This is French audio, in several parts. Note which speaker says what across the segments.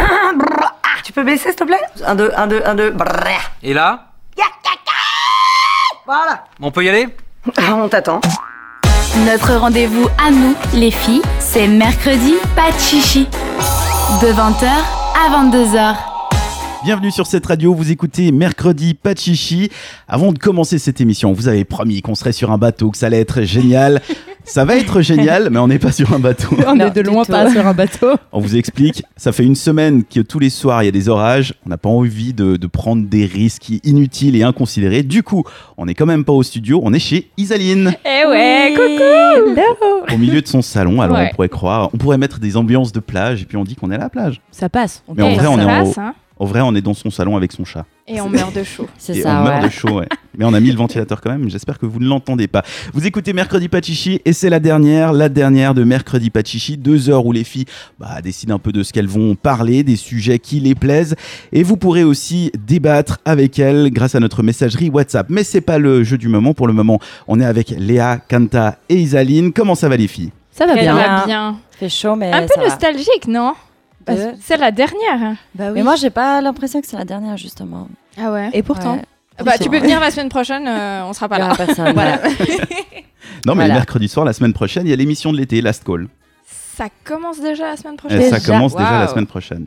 Speaker 1: Ah, tu peux baisser s'il te plaît 1, 2, 1, 2, 1, 2.
Speaker 2: Et là
Speaker 1: Voilà.
Speaker 2: On peut y aller
Speaker 1: Ah, On t'attend.
Speaker 3: Notre rendez-vous à nous, les filles, c'est mercredi, pas de chichi. De 20h à 22h.
Speaker 4: Bienvenue sur cette radio, vous écoutez Mercredi Pas de Chichi. Avant de commencer cette émission, on vous avez promis qu'on serait sur un bateau, que ça allait être génial. Ça va être génial, mais on n'est pas sur un bateau.
Speaker 5: On
Speaker 6: Non,
Speaker 5: est de
Speaker 6: du
Speaker 5: loin
Speaker 6: tout.
Speaker 5: pas sur un bateau.
Speaker 4: On vous explique, ça fait une semaine que tous les soirs il y a des orages, on n'a pas envie de, de prendre des risques inutiles et inconsidérés. Du coup, on n'est quand même pas au studio, on est chez Isaline,
Speaker 6: Eh ouais,
Speaker 5: Hello.
Speaker 4: au milieu de son salon, alors
Speaker 6: Ouais.
Speaker 4: on pourrait croire, on pourrait mettre des ambiances de plage et puis on dit qu'on est à la plage.
Speaker 5: Ça passe.
Speaker 4: Mais en
Speaker 6: Eh,
Speaker 4: vrai,
Speaker 6: ça
Speaker 4: on est en
Speaker 6: passe,
Speaker 4: haut.
Speaker 6: hein.
Speaker 4: En vrai, on est dans son salon avec son chat.
Speaker 6: Et on meurt de chaud.
Speaker 4: Et
Speaker 6: C'est
Speaker 4: on meurt de chaud, ouais. Mais on a mis le ventilateur quand même, j'espère que vous ne l'entendez pas. Vous écoutez Mercredi Pachichi et c'est la dernière, la dernière de Mercredi Pachichi. Deux heures où les filles bah, décident un peu de ce qu'elles vont parler, des sujets qui les plaisent. Et vous pourrez aussi débattre avec elles grâce à notre messagerie WhatsApp. Mais c'est pas le jeu du moment. Pour le moment, on est avec Léa, Kanta et Isaline. Comment ça va les filles
Speaker 5: Ça va
Speaker 6: Très
Speaker 5: bien.
Speaker 6: bien.
Speaker 7: fait chaud, mais
Speaker 6: Un
Speaker 7: Eh, ça
Speaker 6: peu
Speaker 7: va.
Speaker 6: nostalgique, non
Speaker 7: Bah,
Speaker 6: Bah, C'est la dernière. hein.
Speaker 7: Mais moi, j'ai pas l'impression que c'est la dernière, justement.
Speaker 6: Ah ouais.
Speaker 5: Et pourtant,
Speaker 7: Ouais.
Speaker 6: Bah, tu peux
Speaker 7: Ouais.
Speaker 6: venir la semaine prochaine, euh, on sera
Speaker 7: Il
Speaker 6: pas
Speaker 7: y
Speaker 6: là.
Speaker 7: aura personne.
Speaker 6: Voilà.
Speaker 4: Non, mais
Speaker 7: Voilà.
Speaker 4: le mercredi soir, la semaine prochaine, il y a l'émission de l'été, Last Call.
Speaker 6: Ça commence déjà la semaine
Speaker 4: Et
Speaker 6: prochaine.
Speaker 4: Eh, ça commence déjà la
Speaker 6: Waouh.
Speaker 4: semaine prochaine.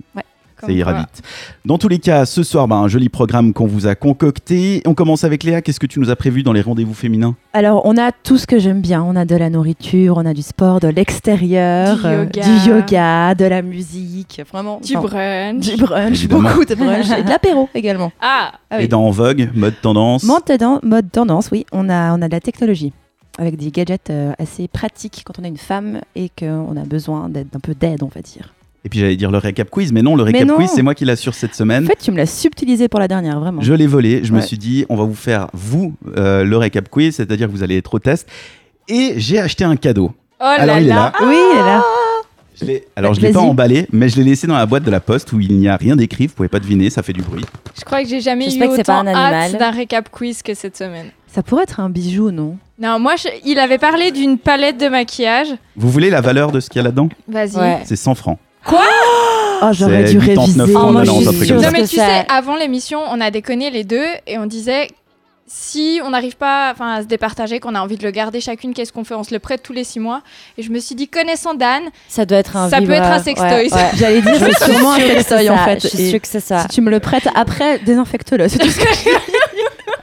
Speaker 6: Comme
Speaker 4: Ça ira
Speaker 6: quoi.
Speaker 4: vite. Dans tous les cas, ce soir, bah, un joli programme qu'on vous a concocté. On commence avec Léa. Qu'est-ce que tu nous as prévu dans les rendez-vous féminins
Speaker 5: Alors, on a tout ce que j'aime bien. On a de la nourriture, on a du sport, de l'extérieur,
Speaker 6: Du
Speaker 5: euh,
Speaker 6: yoga.
Speaker 5: du yoga, de la musique. Vraiment.
Speaker 6: Du
Speaker 5: enfin,
Speaker 6: brunch.
Speaker 5: du brunch,
Speaker 4: Évidemment.
Speaker 5: beaucoup de brunch. Et de l'apéro également.
Speaker 6: Ah,
Speaker 5: Ah oui.
Speaker 4: Et dans Vogue, mode tendance.
Speaker 5: Mode, tendan- mode tendance, oui, on a, on a de la technologie avec des gadgets euh, assez pratiques quand on est une femme et qu'on a besoin d'être- d'un peu d'aide, on va dire.
Speaker 4: Et puis j'allais dire le récap quiz, mais non, le
Speaker 5: Mais
Speaker 4: récap
Speaker 5: non.
Speaker 4: quiz, c'est moi qui l'assure cette
Speaker 5: En
Speaker 4: semaine.
Speaker 5: fait, tu me l'as subtilisé pour la dernière, vraiment.
Speaker 4: Je l'ai volé. Je me
Speaker 5: Ouais.
Speaker 4: suis dit, on va vous faire vous euh, le récap quiz, c'est-à-dire que vous allez être au test. Et j'ai acheté un cadeau.
Speaker 6: oh là
Speaker 4: Alors il est
Speaker 6: là.
Speaker 4: là.
Speaker 5: Ah Oui, elle est là.
Speaker 4: Je l'ai- Alors je l'ai pas
Speaker 5: Vas-y.
Speaker 4: emballé, mais je l'ai laissé dans la boîte de la poste où il n'y a rien d'écrit. Vous pouvez pas deviner, ça fait du bruit.
Speaker 6: Je crois que j'ai jamais eu
Speaker 7: J'espère que c'est pas
Speaker 6: autant
Speaker 7: un animal.
Speaker 6: hâte d'un récap quiz que cette semaine.
Speaker 5: Ça pourrait être un bijou, non
Speaker 6: Non, moi, je- il avait parlé d'une palette de maquillage.
Speaker 4: Vous voulez la valeur de ce qu'il y a là-dedans
Speaker 6: Vas-y.
Speaker 7: Ouais.
Speaker 4: C'est 100 francs.
Speaker 5: Oh, j'aurais
Speaker 4: C'est
Speaker 5: dû
Speaker 4: 89
Speaker 5: réviser.
Speaker 4: francs,
Speaker 7: Oh, moi,
Speaker 4: non,
Speaker 7: je
Speaker 4: un
Speaker 7: suis
Speaker 4: truc
Speaker 7: sûre.
Speaker 4: comme ça.
Speaker 6: Non,
Speaker 7: Parce
Speaker 6: mais
Speaker 7: que
Speaker 6: tu
Speaker 7: ça-
Speaker 6: sais, avant l'émission, on a déconné les deux et on disait si on n'arrive pas enfin, à se départager, qu'on a envie de le garder chacune, qu'est-ce qu'on fait On se le prête tous les six mois. Et je me suis dit, connaissant Dan,
Speaker 7: Ça doit être un
Speaker 6: Ça peut
Speaker 7: vibreur.
Speaker 6: être un sextoy,
Speaker 7: Ouais,
Speaker 6: ça.
Speaker 7: ouais.
Speaker 5: J'allais dire,
Speaker 7: Je suis
Speaker 5: c'est sûrement un
Speaker 7: sûre que c'est
Speaker 5: sextoy en
Speaker 7: ça.
Speaker 5: fait.
Speaker 7: Je suis
Speaker 5: Et
Speaker 7: sûre que c'est ça.
Speaker 5: Si tu me le prêtes après, désinfecte-le. C'est tout ce que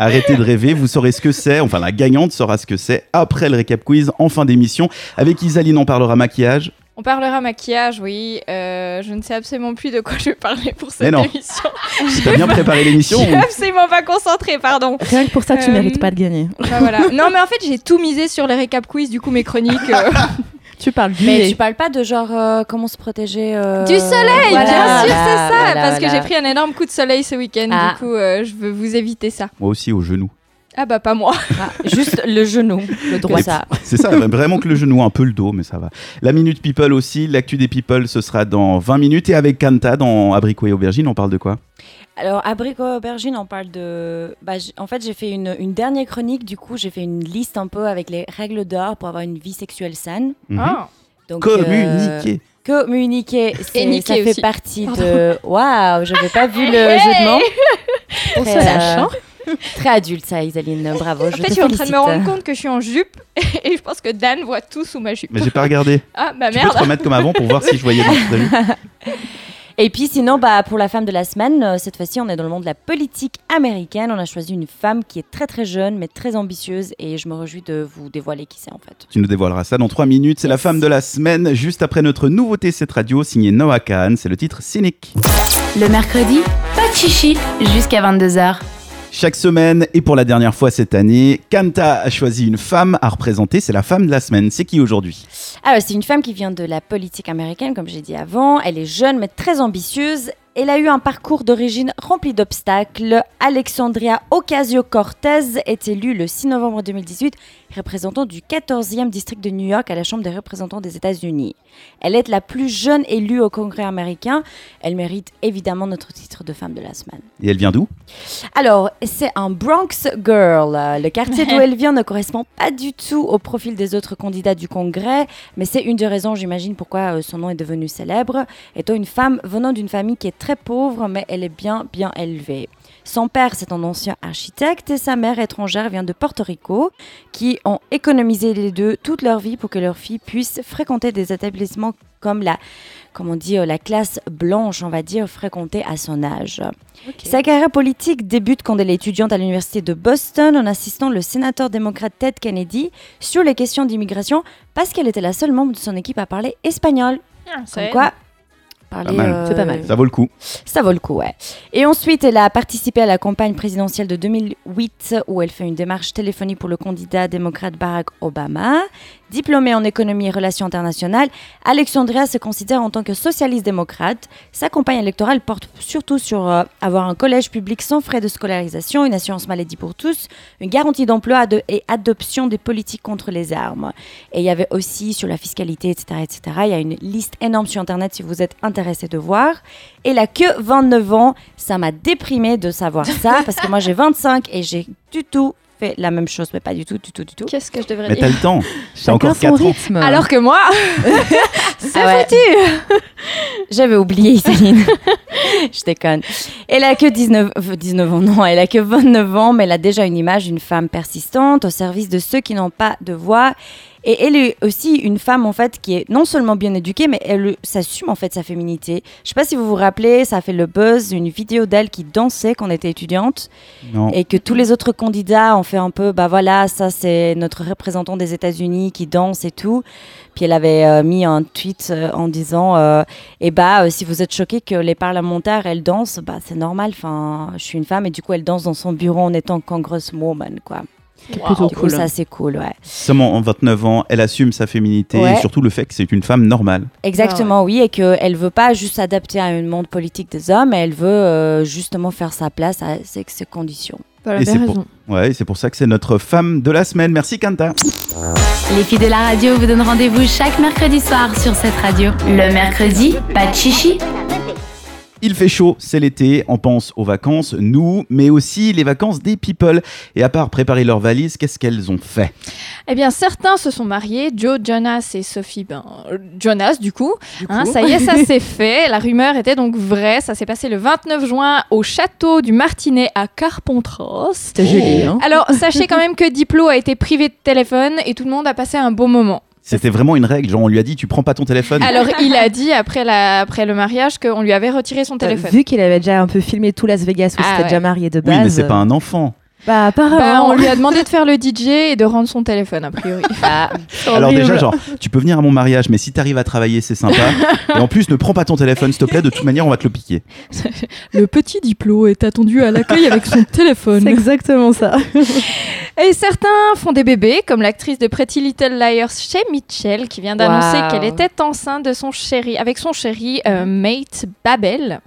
Speaker 4: Arrêtez de rêver, vous saurez ce que c'est, enfin la gagnante saura ce que c'est après le récap quiz en fin d'émission. Avec Isaline, on parlera maquillage.
Speaker 6: on parlera maquillage, oui. Euh, je ne sais absolument plus de quoi je vais parler pour
Speaker 4: Mais
Speaker 6: cette
Speaker 4: non.
Speaker 6: émission.
Speaker 4: T'as bien préparé
Speaker 6: Je
Speaker 4: l'émission
Speaker 6: suis absolument pas concentrée, pardon.
Speaker 5: Rien que pour ça, tu
Speaker 6: Euh,
Speaker 5: mérites pas de gagner.
Speaker 6: Bah, voilà. Non, mais en fait, j'ai tout misé sur les récap quiz, du coup, mes chroniques. euh,
Speaker 5: Tu parles du
Speaker 7: Mais tu parles pas de genre euh, comment se protéger euh,
Speaker 6: Du soleil,
Speaker 7: voilà,
Speaker 6: bien
Speaker 7: voilà,
Speaker 6: sûr, c'est ça,
Speaker 7: voilà,
Speaker 6: parce que
Speaker 7: voilà.
Speaker 6: j'ai pris un énorme coup de soleil ce week-end,
Speaker 7: Ah.
Speaker 6: du coup, euh, je veux vous éviter ça.
Speaker 4: Moi aussi au genou.
Speaker 6: Ah bah pas moi.
Speaker 7: Ah, juste le genou, le droit.
Speaker 4: Et
Speaker 7: Ça.
Speaker 4: C'est ça, vraiment que le genou, un peu le dos, mais ça va. La Minute People aussi, l'actu des People, ce sera dans 20 minutes. Et avec Kanta, dans Abricot et Aubergine, on parle de quoi
Speaker 7: Alors, abricot aubergine, on parle de. Bah, j- en fait, j'ai fait une, une dernière chronique. Du coup, j'ai fait une liste un peu avec les règles d'or pour avoir une vie sexuelle saine.
Speaker 4: Mhm.
Speaker 6: Ah.
Speaker 7: Donc, euh,
Speaker 4: Communiquer
Speaker 7: Communiquer, c'est-
Speaker 6: niquer
Speaker 7: ça fait
Speaker 6: aussi.
Speaker 7: partie de. Waouh, j'avais pas vu le jeu de mots.
Speaker 5: On
Speaker 7: Très,
Speaker 5: se lâche.
Speaker 7: euh,
Speaker 5: hein.
Speaker 7: Très adulte, ça, Isaline. Bravo.
Speaker 6: En
Speaker 7: je
Speaker 6: fait, je
Speaker 7: te
Speaker 6: suis en train de me
Speaker 7: félicite.
Speaker 6: rendre compte que je suis en jupe, et je pense que Dan voit tout sous ma jupe.
Speaker 4: Mais j'ai pas regardé.
Speaker 6: Ah bah
Speaker 4: Tu peux te
Speaker 6: merde.
Speaker 4: remettre comme avant pour voir si je voyais. dans- T'as vu
Speaker 7: Et puis, sinon, bah, pour la femme de la semaine, euh, cette fois-ci, on est dans le monde de la politique américaine. On a choisi une femme qui est très, très jeune, mais très ambitieuse. Et je me réjouis de vous dévoiler qui c'est, en fait.
Speaker 4: Tu nous dévoileras ça dans 3 minutes. C'est la
Speaker 7: Yes.
Speaker 4: femme de la semaine, juste après notre nouveauté, cette radio, signée Noah Kahn. C'est le titre Cynique.
Speaker 3: Le mercredi, pas de chichi jusqu'à 22h.
Speaker 4: Chaque semaine, et pour la dernière fois cette année, Kanta a choisi une femme à représenter. C'est la femme de la semaine. C'est qui aujourd'hui
Speaker 7: Alors, Ah, c'est une femme qui vient de la politique américaine, comme j'ai dit avant. Elle est jeune, mais très ambitieuse. Elle a eu un parcours d'origine rempli d'obstacles. Alexandria Ocasio-Cortez est élue le 6 novembre 2018 représentant du 14e district de New York à la Chambre des représentants des États-Unis. Elle est la plus jeune élue au Congrès américain. Elle mérite évidemment notre titre de femme de la semaine.
Speaker 4: Et elle vient d'où
Speaker 7: Alors, c'est un Bronx Girl. Euh, Le quartier d'où elle vient ne correspond pas du tout au profil des autres candidats du Congrès, mais c'est une des raisons, j'imagine, pourquoi euh, son nom est devenu célèbre. Étant une femme venant d'une famille qui est très pauvre, mais elle est bien, bien élevée. Son père, c'est un ancien architecte et sa mère étrangère vient de Porto Rico, qui ont économisé les deux toute leur vie pour que leur fille puisse fréquenter des établissements comme la, comme on dit, euh, la classe blanche, on va dire, fréquentée à son âge. Sa carrière politique débute quand elle est étudiante à l'université de Boston en assistant le sénateur démocrate Ted Kennedy sur les questions d'immigration parce qu'elle était la seule membre de son équipe à parler espagnol. Comme
Speaker 6: C'est
Speaker 7: quoi parler,
Speaker 4: mal.
Speaker 7: euh,
Speaker 5: C'est pas mal.
Speaker 4: Ça vaut le coup.
Speaker 7: ça vaut le coup, ouais. Et ensuite, elle a participé à la campagne présidentielle de 2008 où elle fait une démarche téléphonique pour le candidat démocrate Barack Obama. Diplômée en économie et relations internationales, Alexandria se considère en tant que socialiste démocrate. Sa campagne électorale porte surtout sur euh, avoir un collège public sans frais de scolarisation, une assurance maladie pour tous, une garantie d'emploi ad- et adoption des politiques contre les armes. Et il y avait aussi sur la fiscalité, etc., etc. Il y a une liste énorme sur Internet si vous êtes intéressé de voir. Et là, que 29 ans, ça m'a déprimé de savoir ça, parce que moi j'ai 25 et j'ai du tout fait la même chose, mais pas du tout, du tout, du tout.
Speaker 6: Qu'est-ce que je devrais
Speaker 4: Mais
Speaker 6: dire
Speaker 4: t'as le temps. T'as
Speaker 5: Chacun
Speaker 4: encore
Speaker 5: son
Speaker 4: 4 ans.
Speaker 5: rythme. hein,
Speaker 6: Alors que moi, c'est
Speaker 7: Ah ouais.
Speaker 6: foutu
Speaker 7: J'avais oublié Isaline. Je déconne. Elle a que 19, euh, 19 ans, non, elle a que 29 ans, mais elle a déjà une image d'une femme persistante au service de ceux qui n'ont pas de voix. Et elle est aussi une femme en fait qui est non seulement bien éduquée, mais elle s'assume en fait sa féminité. Je sais pas si vous vous rappelez, ça a fait le buzz, une vidéo d'elle qui dansait quand elle était étudiante.
Speaker 4: Non.
Speaker 7: et que tous les autres candidats ont fait un peu, bah voilà, ça c'est notre représentant des États-Unis qui danse et tout. Puis elle avait euh, mis un tweet euh, en disant, euh, eh bah euh, si vous êtes choqués que les parlementaires elles dansent, bah c'est normal. Enfin, je suis une femme et du coup elle danse dans son bureau en étant congresswoman quoi.
Speaker 5: plutôt
Speaker 7: Du coup
Speaker 5: cool.
Speaker 7: ça c'est cool, ouais.
Speaker 4: Seulement en 29 ans, elle assume sa féminité
Speaker 7: Ouais.
Speaker 4: et surtout le fait que c'est une femme normale.
Speaker 7: Exactement, oui, et qu'elle veut pas juste s'adapter à un monde politique des hommes, elle veut euh, justement faire sa place à ces ces conditions.
Speaker 4: Et c'est pour... Ouais, et c'est pour ça que c'est notre femme de la semaine. Merci Kanta.
Speaker 3: Les filles de la radio vous donnent rendez-vous chaque mercredi soir sur cette radio. Le mercredi, pas de chichi.
Speaker 4: Il fait chaud, c'est l'été, on pense aux vacances, nous, mais aussi les vacances des people. Et à part préparer leurs valises, qu'est-ce qu'elles ont fait
Speaker 6: Eh bien, certains se sont mariés, Joe Jonas et Sophie ben, euh, Jonas, du coup. Hein, ça y est, ça s'est fait. La rumeur était donc vraie. Ça s'est passé le 29 juin au château du Martinet à Carpentras.
Speaker 5: C'est joli, hein
Speaker 6: Alors, sachez quand même que Diplo a été privé de téléphone et tout le monde a passé un beau moment.
Speaker 4: C'était vraiment une règle, genre on lui a dit tu prends pas ton téléphone.
Speaker 6: Alors, il a dit après, la, après le mariage qu'on lui avait retiré son
Speaker 5: T'as
Speaker 6: téléphone.
Speaker 5: Vu qu'il avait déjà un peu filmé tout Las Vegas
Speaker 6: Ah
Speaker 5: où c'était
Speaker 6: ouais.
Speaker 5: déjà marié de
Speaker 4: oui,
Speaker 5: base.
Speaker 4: mais c'est pas un enfant.
Speaker 5: Bah
Speaker 6: Bah,
Speaker 5: apparemment.
Speaker 6: on lui a demandé de faire le DJ et de rendre son téléphone, a priori.
Speaker 4: Alors déjà, genre, tu peux venir à mon mariage, mais si t'arrives à travailler, c'est sympa. et en plus, ne prends pas ton téléphone, s'il te plaît, de toute manière, on va te le piquer.
Speaker 6: Le petit Diplo est attendu à l'accueil avec son téléphone.
Speaker 5: C'est exactement ça.
Speaker 6: Et certains font des bébés, comme l'actrice de Pretty Little Liars chez Mitchell, qui vient d'annoncer
Speaker 7: Wow.
Speaker 6: qu'elle était enceinte de son chéri, avec son chéri euh, Mate Babel.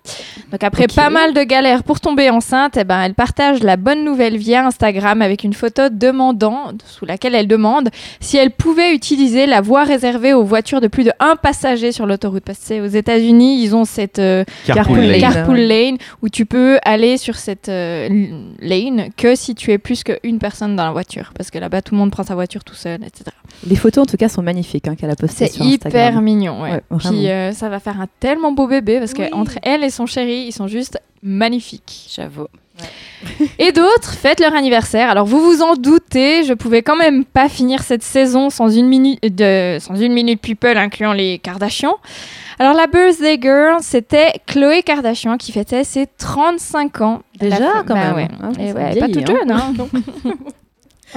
Speaker 6: Donc après
Speaker 5: Ok.
Speaker 6: pas mal de galères pour tomber enceinte, eh ben, elle partage la bonne nouvelle via Instagram avec une photo demandant, sous laquelle elle demande si elle pouvait utiliser la voie réservée aux voitures de plus de un passager sur l'autoroute. Parce que c'est aux États-Unis, ils ont cette euh,
Speaker 5: Carpool
Speaker 4: lane.
Speaker 5: lane.
Speaker 6: carpool lane où tu peux aller sur cette euh, l- lane que si tu es plus qu'une personne dans la voiture. Parce que là-bas, tout le monde prend sa voiture tout seul, etc.
Speaker 5: Les photos en tout cas sont magnifiques hein, qu'elle a postées
Speaker 6: C'est
Speaker 5: sur
Speaker 6: hyper
Speaker 5: Instagram.
Speaker 6: mignon. Ouais.
Speaker 5: Ouais, vraiment.
Speaker 6: Puis euh, ça va faire un tellement beau bébé parce que entre elle et son chéri, ils sont juste magnifiques.
Speaker 7: J'avoue.
Speaker 6: Et d'autres fêtent leur anniversaire. Alors vous vous en doutez, je pouvais quand même pas finir cette saison sans une minute de sans une minute people incluant les Kardashians. Alors la birthday girl, c'était Chloé Kardashian qui fêtait ses 35 ans.
Speaker 5: Déjà,
Speaker 6: La fa-
Speaker 5: quand
Speaker 6: bah
Speaker 5: même.
Speaker 6: ouais.
Speaker 5: Hein,
Speaker 6: Et
Speaker 5: ça
Speaker 6: ouais,
Speaker 5: vieillit,
Speaker 6: pas toute
Speaker 5: hein.
Speaker 6: jeune. hein.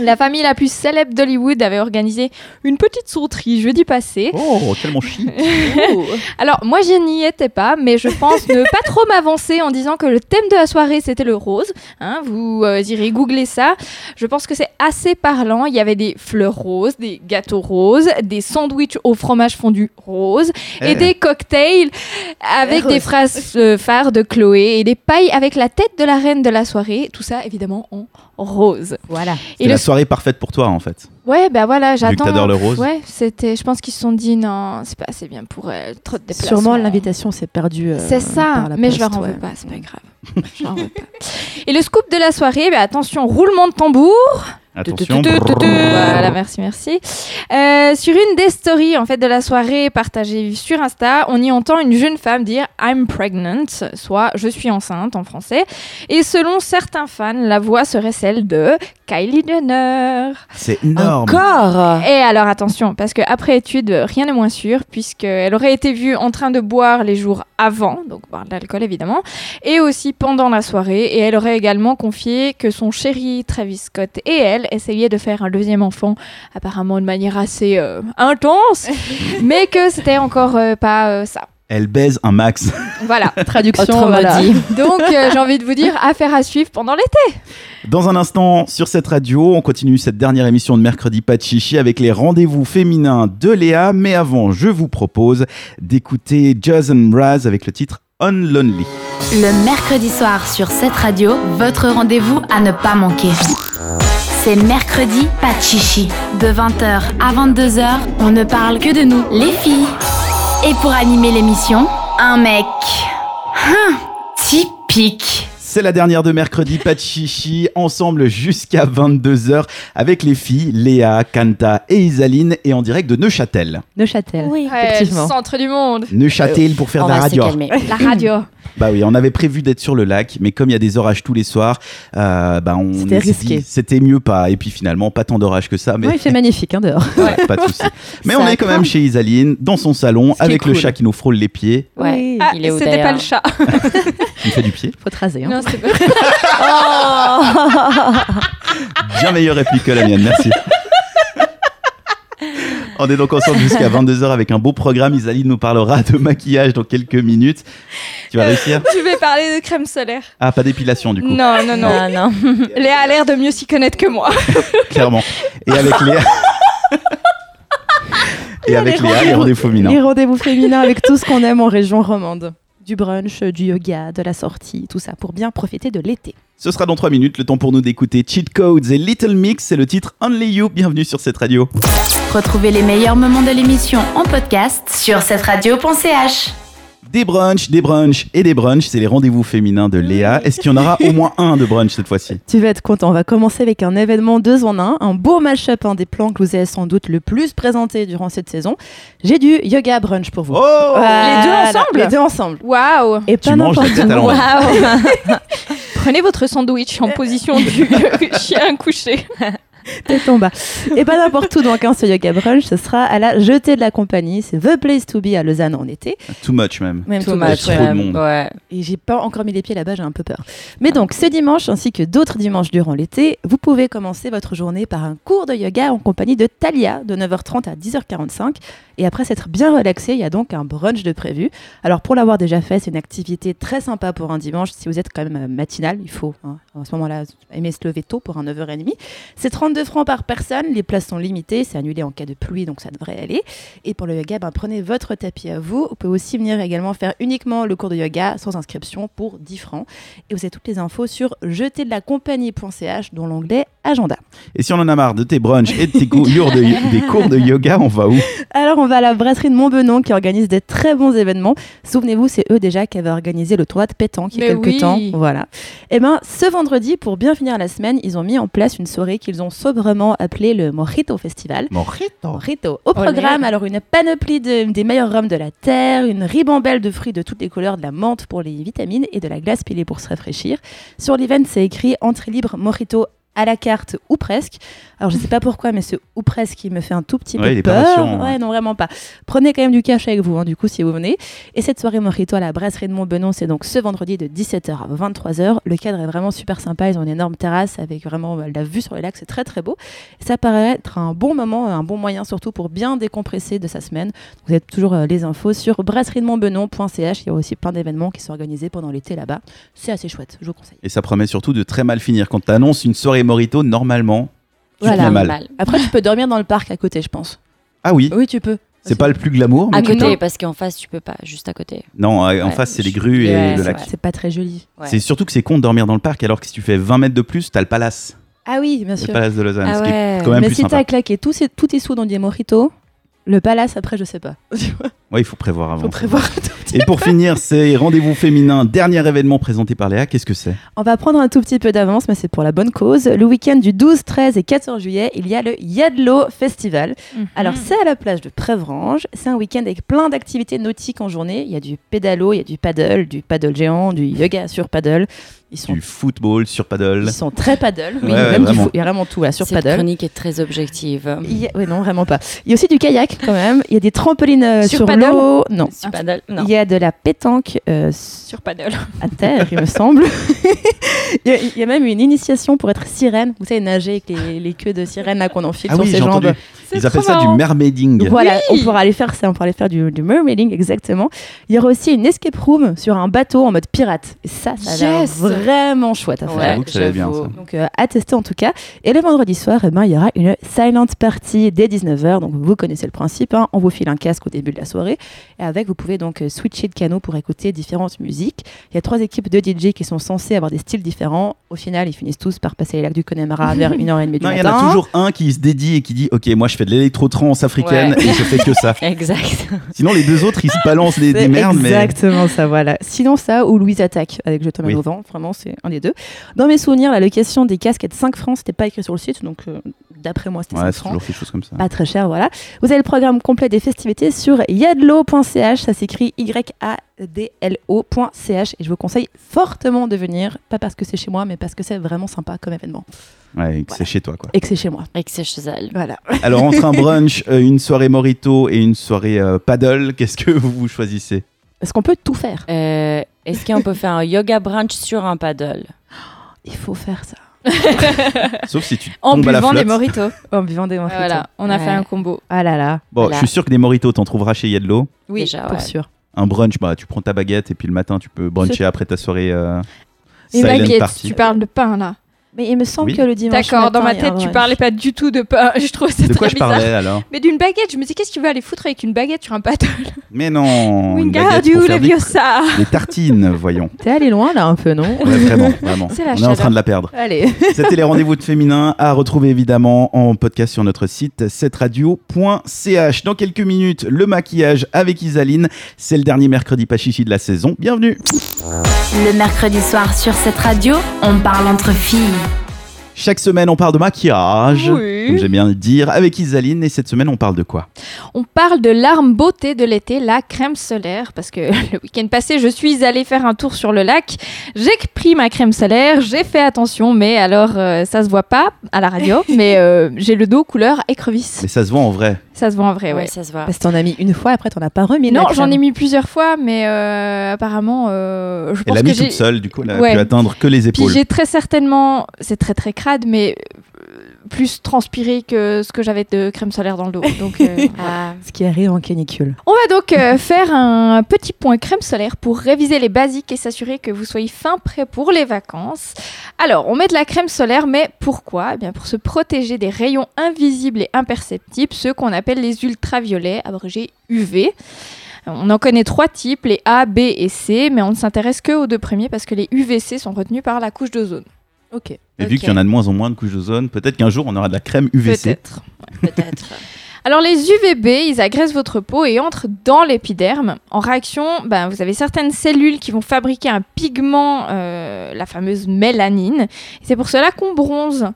Speaker 6: la famille la plus célèbre d'Hollywood avait organisé une petite sauterie jeudi passé.
Speaker 4: Oh, tellement chic.
Speaker 6: Alors, moi, je n'y étais pas, mais je pense ne pas trop m'avancer en disant que le thème de la soirée, c'était le rose. Hein, vous euh, irez googler ça. Je pense que c'est assez parlant. Il y avait des fleurs roses, des gâteaux roses, des sandwichs au fromage fondu rose et
Speaker 4: Eh.
Speaker 6: des cocktails avec des phrases euh, phares de Chloé et des pailles avec la tête de la reine de la soirée. Tout ça, évidemment, en rose.
Speaker 7: Voilà.
Speaker 6: Et le
Speaker 4: la soirée parfaite pour toi en fait.
Speaker 6: Ouais, bah voilà,
Speaker 4: Vu que
Speaker 6: j'attends.
Speaker 4: t'adores le rose.
Speaker 6: Ouais, c'était. Je pense qu'ils se sont dit non, c'est pas assez bien pour elle. Trop de déplacements.
Speaker 5: Sûrement l'invitation s'est perdue. euh,
Speaker 6: C'est ça,
Speaker 5: par la
Speaker 6: mais je
Speaker 5: poste,
Speaker 6: leur en veux
Speaker 5: ouais.
Speaker 6: pas, c'est pas grave. Je leur en veux pas. Et le scoop de la soirée, bah, attention, roulement de tambour.
Speaker 4: Attention.
Speaker 6: Tu, tu, tu, tu, tu.
Speaker 4: brrr.
Speaker 6: Voilà, merci, merci. Euh, sur une des stories en fait de la soirée partagée sur Insta, on y entend une jeune femme dire I'm pregnant, soit je suis enceinte en français. Et selon certains fans, la voix serait celle de Kylie Jenner.
Speaker 4: C'est énorme.
Speaker 7: Encore
Speaker 6: Et alors attention, parce que après étude, euh, rien n'est moins sûr, puisqu'elle aurait été vue en train de boire les jours avant, donc boire de l'alcool évidemment, et aussi pendant la soirée, et elle aurait également confié que son chéri Travis Scott et elle essayaient de faire un deuxième enfant, apparemment de manière assez euh, intense, mais que c'était encore euh, pas euh, ça.
Speaker 4: Elle baise un max.
Speaker 6: Voilà.
Speaker 5: Traduction,
Speaker 7: Autrement
Speaker 5: voilà.
Speaker 7: dit.
Speaker 6: Donc euh, j'ai envie de vous dire, affaire à suivre pendant l'été.
Speaker 4: Dans un instant, sur cette radio, on continue cette dernière émission de mercredi Pas de Chichi avec les rendez-vous féminins de Léa. Mais avant, je vous propose d'écouter Jason Raz avec le titre On Lonely.
Speaker 3: Le mercredi soir sur cette radio, votre rendez-vous à ne pas manquer. C'est mercredi, pas de chichi. De 20h à 22h, on ne parle que de nous, les filles. Et pour animer l'émission, un mec. Hum, typique.
Speaker 4: C'est la dernière de mercredi Pas de Chichi, ensemble jusqu'à 22h avec les filles Léa, Kanta et Isaline et en direct de Neuchâtel.
Speaker 5: Neuchâtel.
Speaker 7: Oui.
Speaker 6: Ouais, le
Speaker 5: Effectivement.
Speaker 6: centre du monde,
Speaker 4: Neuchâtel pour faire
Speaker 7: Oh, On
Speaker 4: de la
Speaker 7: va se
Speaker 4: radio.
Speaker 7: calmer.
Speaker 6: la radio.
Speaker 4: Bah oui, on avait prévu d'être sur le lac, mais comme il y a des orages tous les soirs, euh, bah on
Speaker 5: C'était
Speaker 4: on s'est
Speaker 5: risqué.
Speaker 4: dit, C'était mieux pas. Et puis finalement, pas tant d'orages que ça, mais
Speaker 5: Ouais, il fait magnifique hein, dehors.
Speaker 4: pas de souci. Mais
Speaker 7: Ça
Speaker 4: on est quand même
Speaker 7: craint.
Speaker 4: chez Isaline, dans son salon,
Speaker 5: qui est
Speaker 4: avec le
Speaker 5: cool.
Speaker 4: chat qui nous frôle les pieds.
Speaker 7: Ouais.
Speaker 5: Oui.
Speaker 6: Ah,
Speaker 7: Il est où,
Speaker 6: c'était pas
Speaker 7: d'ailleurs
Speaker 6: le chat.
Speaker 4: Il fait du pied.
Speaker 5: Faut tracer. Hein.
Speaker 6: Non, c'était pas
Speaker 4: Bien meilleure réplique que la mienne, merci. On est donc ensemble jusqu'à 22h avec un beau programme. Isaline nous parlera de maquillage dans quelques minutes. Tu vas réussir
Speaker 6: Je vais parler de crème solaire.
Speaker 4: Ah, pas d'épilation du coup,
Speaker 6: Non, non, non.
Speaker 7: Ah, Non, non.
Speaker 6: Léa a l'air de mieux s'y connaître que moi.
Speaker 4: clairement. Et avec Léa. Et avec
Speaker 5: les
Speaker 4: Léa, les rendez-vous féminins.
Speaker 5: Les rendez-vous féminins avec tout ce qu'on aime en région romande. Du brunch, du yoga, de la sortie, tout ça pour bien profiter de l'été.
Speaker 4: Ce sera dans 3 minutes, le temps pour nous d'écouter Cheat Codes et Little Mix. C'est le titre Only You. Bienvenue sur cette radio.
Speaker 3: Retrouvez les meilleurs moments de l'émission en podcast sur cette radio.ch.
Speaker 4: Des brunchs, des brunchs et des brunchs, c'est les rendez-vous féminins de Léa. Est-ce qu'il y en aura au moins un de brunch cette fois-ci
Speaker 5: Tu vas être content. On va commencer avec un événement deux en un, un beau match-up, un des plans que vous avez sans doute le plus présenté durant cette saison. J'ai du yoga brunch pour vous.
Speaker 4: Oh
Speaker 5: Voilà,
Speaker 6: Les deux ensemble
Speaker 5: Les deux ensemble.
Speaker 6: Waouh
Speaker 5: Et
Speaker 4: Tu
Speaker 5: pas
Speaker 4: manges
Speaker 5: n'importe
Speaker 4: la tête à
Speaker 5: où.
Speaker 4: l'envers.
Speaker 6: Ah Prenez votre sandwich en position du chien couché.
Speaker 5: tête en bas. Et pas n'importe où donc hein, ce yoga brunch, ce sera à la jetée de la compagnie. C'est The Place to Be à Lausanne en été.
Speaker 4: Too much même.
Speaker 5: Même
Speaker 7: Too
Speaker 5: tout
Speaker 7: much,
Speaker 4: Trop de
Speaker 7: ouais.
Speaker 4: monde.
Speaker 7: Ouais.
Speaker 5: Et j'ai pas encore mis les pieds là-bas, j'ai un peu peur. Mais donc, ce dimanche ainsi que d'autres dimanches durant l'été, vous pouvez commencer votre journée par un cours de yoga en compagnie de Talia de 9h30 à 10h45. Et après s'être bien relaxé, il y a donc un brunch de prévu. Alors, pour l'avoir déjà fait, c'est une activité très sympa pour un dimanche. Si vous êtes quand même euh, matinal, il faut hein, à ce moment-là aimer se lever tôt pour un 9h30. C'est 32 francs par personne. Les places sont limitées. C'est annulé en cas de pluie, donc ça devrait aller. Et pour le yoga, ben, prenez votre tapis à vous. Vous pouvez aussi venir également faire uniquement le cours de yoga sans inscription pour 10 francs. Et vous avez toutes les infos sur jeterdelacompagnie.ch dans l'onglet agenda.
Speaker 4: Et si on en a marre de tes brunchs et de tes cours de, des cours de yoga, on va où
Speaker 5: Alors on va à la brasserie de Montbenon qui organise des très bons événements. Souvenez-vous, c'est eux déjà qui avaient organisé le tournoi de pétanque il y a
Speaker 6: Mais
Speaker 5: quelques
Speaker 6: oui.
Speaker 5: temps. Voilà. Et ben ce vendredi, pour bien finir la semaine, ils ont mis en place une soirée qu'ils ont sobrement appelée le Mojito Festival.
Speaker 4: Morito.
Speaker 5: Rito.
Speaker 6: Oh
Speaker 5: Au programme, alors une panoplie de- des meilleurs rhums de la terre, une ribambelle de fruits de toutes les couleurs, de la menthe pour les vitamines et de la glace pilée pour se rafraîchir. Sur l'event, c'est écrit entrée libre, mojito à la carte ou presque. Alors je sais pas pourquoi, mais ce ou presque il me fait un tout petit
Speaker 4: Ouais, il
Speaker 5: peu
Speaker 4: est pas
Speaker 5: peur.
Speaker 4: rassurant, hein.
Speaker 5: Ouais, non vraiment pas. Prenez quand même du cash avec vous, hein, du coup si vous venez. Et cette soirée mojito à la brasserie de Montbenon, c'est donc ce vendredi de 17h à 23h. Le cadre est vraiment super sympa. Ils ont une énorme terrasse avec vraiment euh, la vue sur le lac, c'est très très beau. Ça paraît être un bon moment, un bon moyen surtout pour bien décompresser de sa semaine. Vous avez toujours euh, les infos sur brasseriedemontbenon.ch. Il y a aussi plein d'événements qui sont organisés pendant l'été là-bas. C'est assez chouette, je vous conseille.
Speaker 4: Et ça promet surtout de très mal finir. Quand t'annonces une soirée morito, normalement, tu te
Speaker 5: Voilà.
Speaker 4: mets mal.
Speaker 7: Mal.
Speaker 5: Après, tu peux dormir dans le parc à côté, je pense.
Speaker 4: Ah oui,
Speaker 5: Oui, tu peux.
Speaker 4: c'est pas le plus glamour. mais-
Speaker 7: À
Speaker 6: Mais non.
Speaker 7: côté, parce qu'en face, tu peux pas, juste à côté.
Speaker 4: Non, euh, en
Speaker 7: Ouais,
Speaker 4: face, c'est les
Speaker 7: je-
Speaker 4: grues et
Speaker 7: Ouais,
Speaker 4: le
Speaker 7: c'est
Speaker 4: lac.
Speaker 7: vrai.
Speaker 5: C'est pas très joli.
Speaker 7: Ouais.
Speaker 4: C'est surtout que c'est con de dormir dans le parc alors que si tu fais 20 mètres de plus, t'as le palace.
Speaker 5: Ah oui, bien
Speaker 4: le
Speaker 5: sûr.
Speaker 4: Palace de Lausanne,
Speaker 7: Ah
Speaker 4: ce qui est
Speaker 7: ouais.
Speaker 4: quand même
Speaker 5: Mais
Speaker 4: plus
Speaker 5: si
Speaker 4: sympa.
Speaker 5: t'as claqué tous ces- tous tes sous dans des mojitos, le palace, après, je sais pas. Tu vois,
Speaker 4: Ouais, il faut prévoir avant.
Speaker 5: Faut prévoir.
Speaker 4: Et pour finir, c'est rendez-vous féminin, dernier événement présenté par Léa. Qu'est-ce que c'est
Speaker 5: On va prendre un tout petit peu d'avance, mais c'est pour la bonne cause. Le week-end du 12, 13 et 14 juillet, il y a le Yadlo Festival. Alors, c'est à la plage de Prévrange. C'est un week-end avec plein d'activités nautiques en journée. Il y a du pédalo, il y a du paddle, du paddle géant, du yoga sur paddle. Ils sont,
Speaker 7: Oh.
Speaker 4: Du football sur paddle.
Speaker 5: ils sont très paddle. Oui,
Speaker 4: Ouais, ouais,
Speaker 5: même du
Speaker 4: vraiment.
Speaker 5: fou- il y a vraiment tout là, sur
Speaker 7: Cette
Speaker 5: paddle.
Speaker 7: chronique est très objective.
Speaker 5: Il
Speaker 6: Mm.
Speaker 5: y a- ouais, non, vraiment pas. Il y a aussi du kayak quand même. Il y a des trampolines euh,
Speaker 6: Sur
Speaker 5: sur,
Speaker 6: paddle
Speaker 5: l'eau. Non.
Speaker 7: Sur paddle, non.
Speaker 5: Il y a de la pétanque euh,
Speaker 6: Sur paddle.
Speaker 5: à terre, il me semble. il, y a, il y a même une initiation pour être sirène. Vous savez, nager avec les, les queues de sirène là qu'on enfile
Speaker 4: Ah
Speaker 5: sur
Speaker 4: oui,
Speaker 5: ses
Speaker 4: j'ai
Speaker 5: jambes.
Speaker 4: entendu. Ils appellent ça du mermaiding.
Speaker 5: Voilà,
Speaker 6: Oui.
Speaker 5: on pourra aller faire ça, on pourra aller faire du, du mermaiding, exactement. Il y aura aussi une escape room sur un bateau en mode pirate. Et ça, ça a l'air
Speaker 6: Yes.
Speaker 5: vraiment chouette à
Speaker 4: Ouais,
Speaker 5: faire.
Speaker 4: j'avoue que ça va bien,
Speaker 7: j'avoue.
Speaker 4: ça.
Speaker 5: Donc euh, à tester en tout cas. Et le vendredi soir, eh ben, il y aura une silent party dès 19h. Donc vous connaissez le principe, hein. on vous file un casque au début de la soirée. Et avec, vous pouvez donc euh, switcher de canaux pour écouter différentes musiques. Il y a trois équipes de DJ qui sont censées avoir des styles différents. Au final, ils finissent tous par passer les lacs du Connemara vers 1h30 du
Speaker 4: Non, il y
Speaker 5: matin.
Speaker 4: en a toujours un qui se dédie et qui dit Ok, moi je fais de l'électro-trance africaine
Speaker 7: Ouais.
Speaker 4: et je fais que ça.
Speaker 7: Exact.
Speaker 4: Sinon, les deux autres ils se balancent des, des
Speaker 5: C'est
Speaker 4: merdes, mais.
Speaker 5: Exactement ça, voilà. Sinon, ça ou Louise Attaque avec Je t'emmène
Speaker 4: Oui.
Speaker 5: au vent, vraiment, c'est un des deux. Dans mes souvenirs, la location des casques est de 5 francs, c'était pas écrit sur le site, donc euh, d'après moi, c'était
Speaker 4: Ouais,
Speaker 5: 5
Speaker 4: c'est
Speaker 5: francs.
Speaker 4: toujours quelque chose comme ça.
Speaker 6: Bah,
Speaker 5: Pas très cher, voilà. Vous avez le programme complet des festivités sur yadlo.ch. Ça s'écrit Y-A-D-L-O.ch. Et je vous conseille fortement de venir. Pas parce que c'est chez moi, mais parce que c'est vraiment sympa comme événement.
Speaker 4: Ouais, et que c'est chez toi, quoi.
Speaker 5: Et que c'est chez moi.
Speaker 7: Avec ses cheveux.
Speaker 5: Voilà.
Speaker 4: Alors, entre un brunch, euh, une soirée morito et une soirée euh, paddle, qu'est-ce que vous choisissez
Speaker 5: Parce qu'on peut tout faire.
Speaker 7: Euh, Est-ce qu'on peut faire un yoga brunch sur un paddle
Speaker 5: Il faut faire ça.
Speaker 4: Sauf si tu
Speaker 6: En
Speaker 4: tombes à la
Speaker 6: buvant des
Speaker 4: flotte.
Speaker 6: moritos.
Speaker 5: En buvant des mojitos.
Speaker 6: voilà, on a fait
Speaker 7: Ouais.
Speaker 6: un combo.
Speaker 5: Ah là là.
Speaker 4: Bon,
Speaker 7: Voilà.
Speaker 4: je suis sûr que des moritos, t'en trouveras chez Yadlo.
Speaker 7: Oui,
Speaker 5: Pour sûr.
Speaker 4: Un brunch, bah, tu prends ta baguette et puis le matin, tu peux bruncher après ta soirée. euh,
Speaker 6: Mais
Speaker 4: silent
Speaker 6: baguette,
Speaker 4: party.
Speaker 6: tu parles de pain là.
Speaker 5: Mais il me semble
Speaker 4: Oui.
Speaker 5: que le dimanche.
Speaker 6: D'accord, dans
Speaker 5: matin,
Speaker 6: ma
Speaker 5: il y a
Speaker 6: tête,
Speaker 5: un
Speaker 6: tu
Speaker 5: brunch.
Speaker 6: parlais pas du tout de pain. Je trouve ça
Speaker 4: De quoi
Speaker 6: très
Speaker 4: je
Speaker 6: bizarre.
Speaker 4: parlais alors
Speaker 6: Mais d'une baguette, je me dis qu'est-ce qu'il va aller foutre avec une baguette sur un paddle
Speaker 4: Mais non une
Speaker 6: Regarde
Speaker 4: baguette pour
Speaker 6: où
Speaker 4: faire
Speaker 6: les
Speaker 4: des-
Speaker 6: vieux ça
Speaker 4: Des tartines, voyons.
Speaker 5: T'es allé loin là un peu, non
Speaker 4: Ouais, vraiment, vraiment.
Speaker 6: C'est la
Speaker 4: On est en
Speaker 6: chaleur.
Speaker 4: train de la perdre.
Speaker 5: Allez.
Speaker 4: C'était les rendez-vous de féminin à retrouver évidemment en podcast sur notre site cetteradio.ch. Dans quelques minutes, le maquillage avec Isaline. C'est le dernier mercredi pas chichi de la saison. Bienvenue.
Speaker 3: Le mercredi soir sur cette radio, on parle entre filles.
Speaker 4: Chaque semaine, on parle de maquillage.
Speaker 6: Oui.
Speaker 4: Comme j'aime bien le dire avec Isaline. Et cette semaine, on parle de quoi
Speaker 6: On parle de l'arme beauté de l'été, la crème solaire, parce que le week-end passé, je suis allée faire un tour sur le lac. J'ai pris ma crème solaire, j'ai fait attention, mais alors euh, ça se voit pas à la radio, mais euh, j'ai le dos couleur écrevisse.
Speaker 4: Mais ça se voit en vrai.
Speaker 6: Ça se voit en vrai,
Speaker 7: Ouais,
Speaker 6: ouais.
Speaker 7: ça se voit.
Speaker 5: Parce que t'en as mis une fois, après t'en as pas remis.
Speaker 6: non,
Speaker 5: la
Speaker 6: j'en ai
Speaker 5: crème.
Speaker 6: mis plusieurs fois, mais euh, apparemment, euh, je
Speaker 4: Elle
Speaker 6: pense
Speaker 4: l'a
Speaker 6: que
Speaker 4: mis toute
Speaker 6: j'ai.
Speaker 4: seule. Du coup, elle a
Speaker 6: Ouais.
Speaker 4: pu atteindre que les
Speaker 6: Puis
Speaker 4: épaules.
Speaker 6: j'ai très certainement, c'est très très crade, mais euh, plus transpiré que ce que j'avais de crème solaire dans le dos. Donc euh,
Speaker 7: Ah,
Speaker 5: Ce qui arrive en canicule.
Speaker 6: On va donc euh, faire un petit point crème solaire pour réviser les basiques et s'assurer que vous soyez fin prêt pour les vacances. Alors, on met de la crème solaire, mais pourquoi Eh bien, pour se protéger des rayons invisibles et imperceptibles, ceux qu'on appelle les ultraviolets, Ah, abrégés UV. On en connaît trois types, les A, B et C, mais on ne s'intéresse que aux deux premiers parce que les UVC sont retenus par la couche d'ozone.
Speaker 5: Ok.
Speaker 4: Et vu
Speaker 7: ok.
Speaker 4: qu'il y en a de moins en moins de couches d'ozone, peut-être qu'un jour, on aura de la crème UVC.
Speaker 6: Peut-être.
Speaker 7: peut-être.
Speaker 6: Alors les UVB, ils agressent votre peau et entrent dans l'épiderme. En réaction, ben, vous avez certaines cellules qui vont fabriquer un pigment, euh, la fameuse mélanine. C'est pour cela qu'on bronze.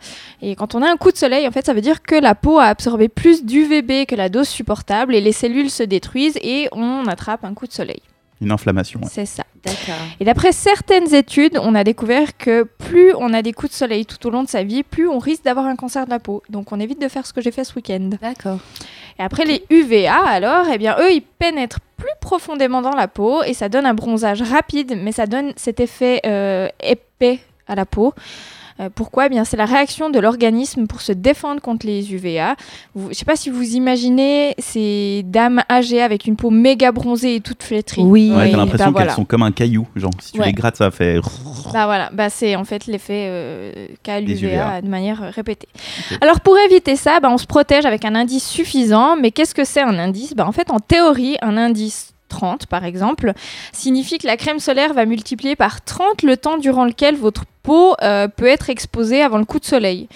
Speaker 6: Et quand on a un coup de soleil, en fait, ça veut dire que la peau a absorbé plus d'UVB que la dose supportable et les cellules se détruisent et on attrape un coup de soleil.
Speaker 4: Une inflammation. ouais.
Speaker 6: C'est ça.
Speaker 7: D'accord.
Speaker 6: Et d'après certaines études, on a découvert que plus on a des coups de soleil tout au long de sa vie, plus on risque d'avoir un cancer de la peau. Donc on évite de faire ce que j'ai fait ce week-end.
Speaker 5: D'accord.
Speaker 6: Et après les UVA alors, eh bien eux ils pénètrent plus profondément dans la peau et ça donne un bronzage rapide, mais ça donne cet effet euh, épais à la peau. Euh, pourquoi Eh bien c'est la réaction de l'organisme pour se défendre contre les UVA. Vous- Je sais pas si vous imaginez ces dames âgées avec une peau méga bronzée et toute flétrie.
Speaker 5: Oui.
Speaker 4: Ouais,
Speaker 5: Oui,
Speaker 4: t'as l'impression
Speaker 6: bah
Speaker 4: qu'elles
Speaker 6: voilà.
Speaker 4: sont comme un caillou. Genre, si tu
Speaker 6: Ouais.
Speaker 4: les grattes, ça fait.
Speaker 6: Bah voilà, bah c'est en fait l'effet euh, qu'a
Speaker 4: Des
Speaker 6: l'UVA
Speaker 4: UVA.
Speaker 6: de manière euh, répétée. Alors pour éviter ça, bah, on se protège avec un indice suffisant, mais qu'est-ce que c'est un indice bah, En fait, en théorie, un indice 30 par exemple, signifie que la crème solaire va multiplier par 30 le temps durant lequel votre peau euh, peut être exposée avant le coup de soleil.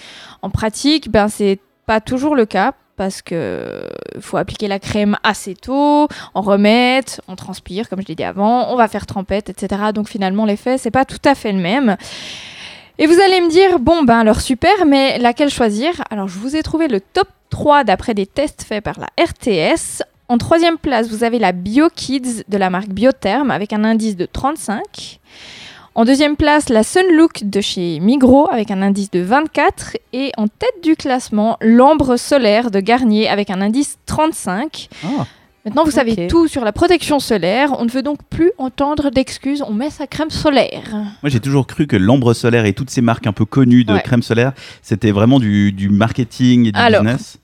Speaker 6: En pratique, ben, c'est pas toujours le cas parce que euh, faut appliquer la crème assez tôt, en remettre, on transpire comme je l'ai dit avant, on va faire trempette, etc. Donc finalement l'effet c'est pas tout à fait le même. Et vous allez me dire, bon ben alors super, mais laquelle choisir Alors je vous ai trouvé le top 3 d'après des tests faits par la RTS. En troisième place, vous avez la BioKids de la marque Biotherm avec un indice de 35. En deuxième place, la Sunlook de chez Migros avec un indice de 24. Et en tête du classement, l'ambre solaire de Garnier avec un indice 35.
Speaker 4: Ah.
Speaker 6: Maintenant, vous savez
Speaker 5: Ok.
Speaker 6: tout sur la protection solaire. On ne veut donc plus entendre d'excuses. On met sa crème solaire.
Speaker 4: Moi, j'ai toujours cru que l'ambre solaire et toutes ces marques un peu connues de
Speaker 6: Ouais.
Speaker 4: crème solaire, c'était vraiment du, du marketing et du
Speaker 6: Alors,
Speaker 4: business.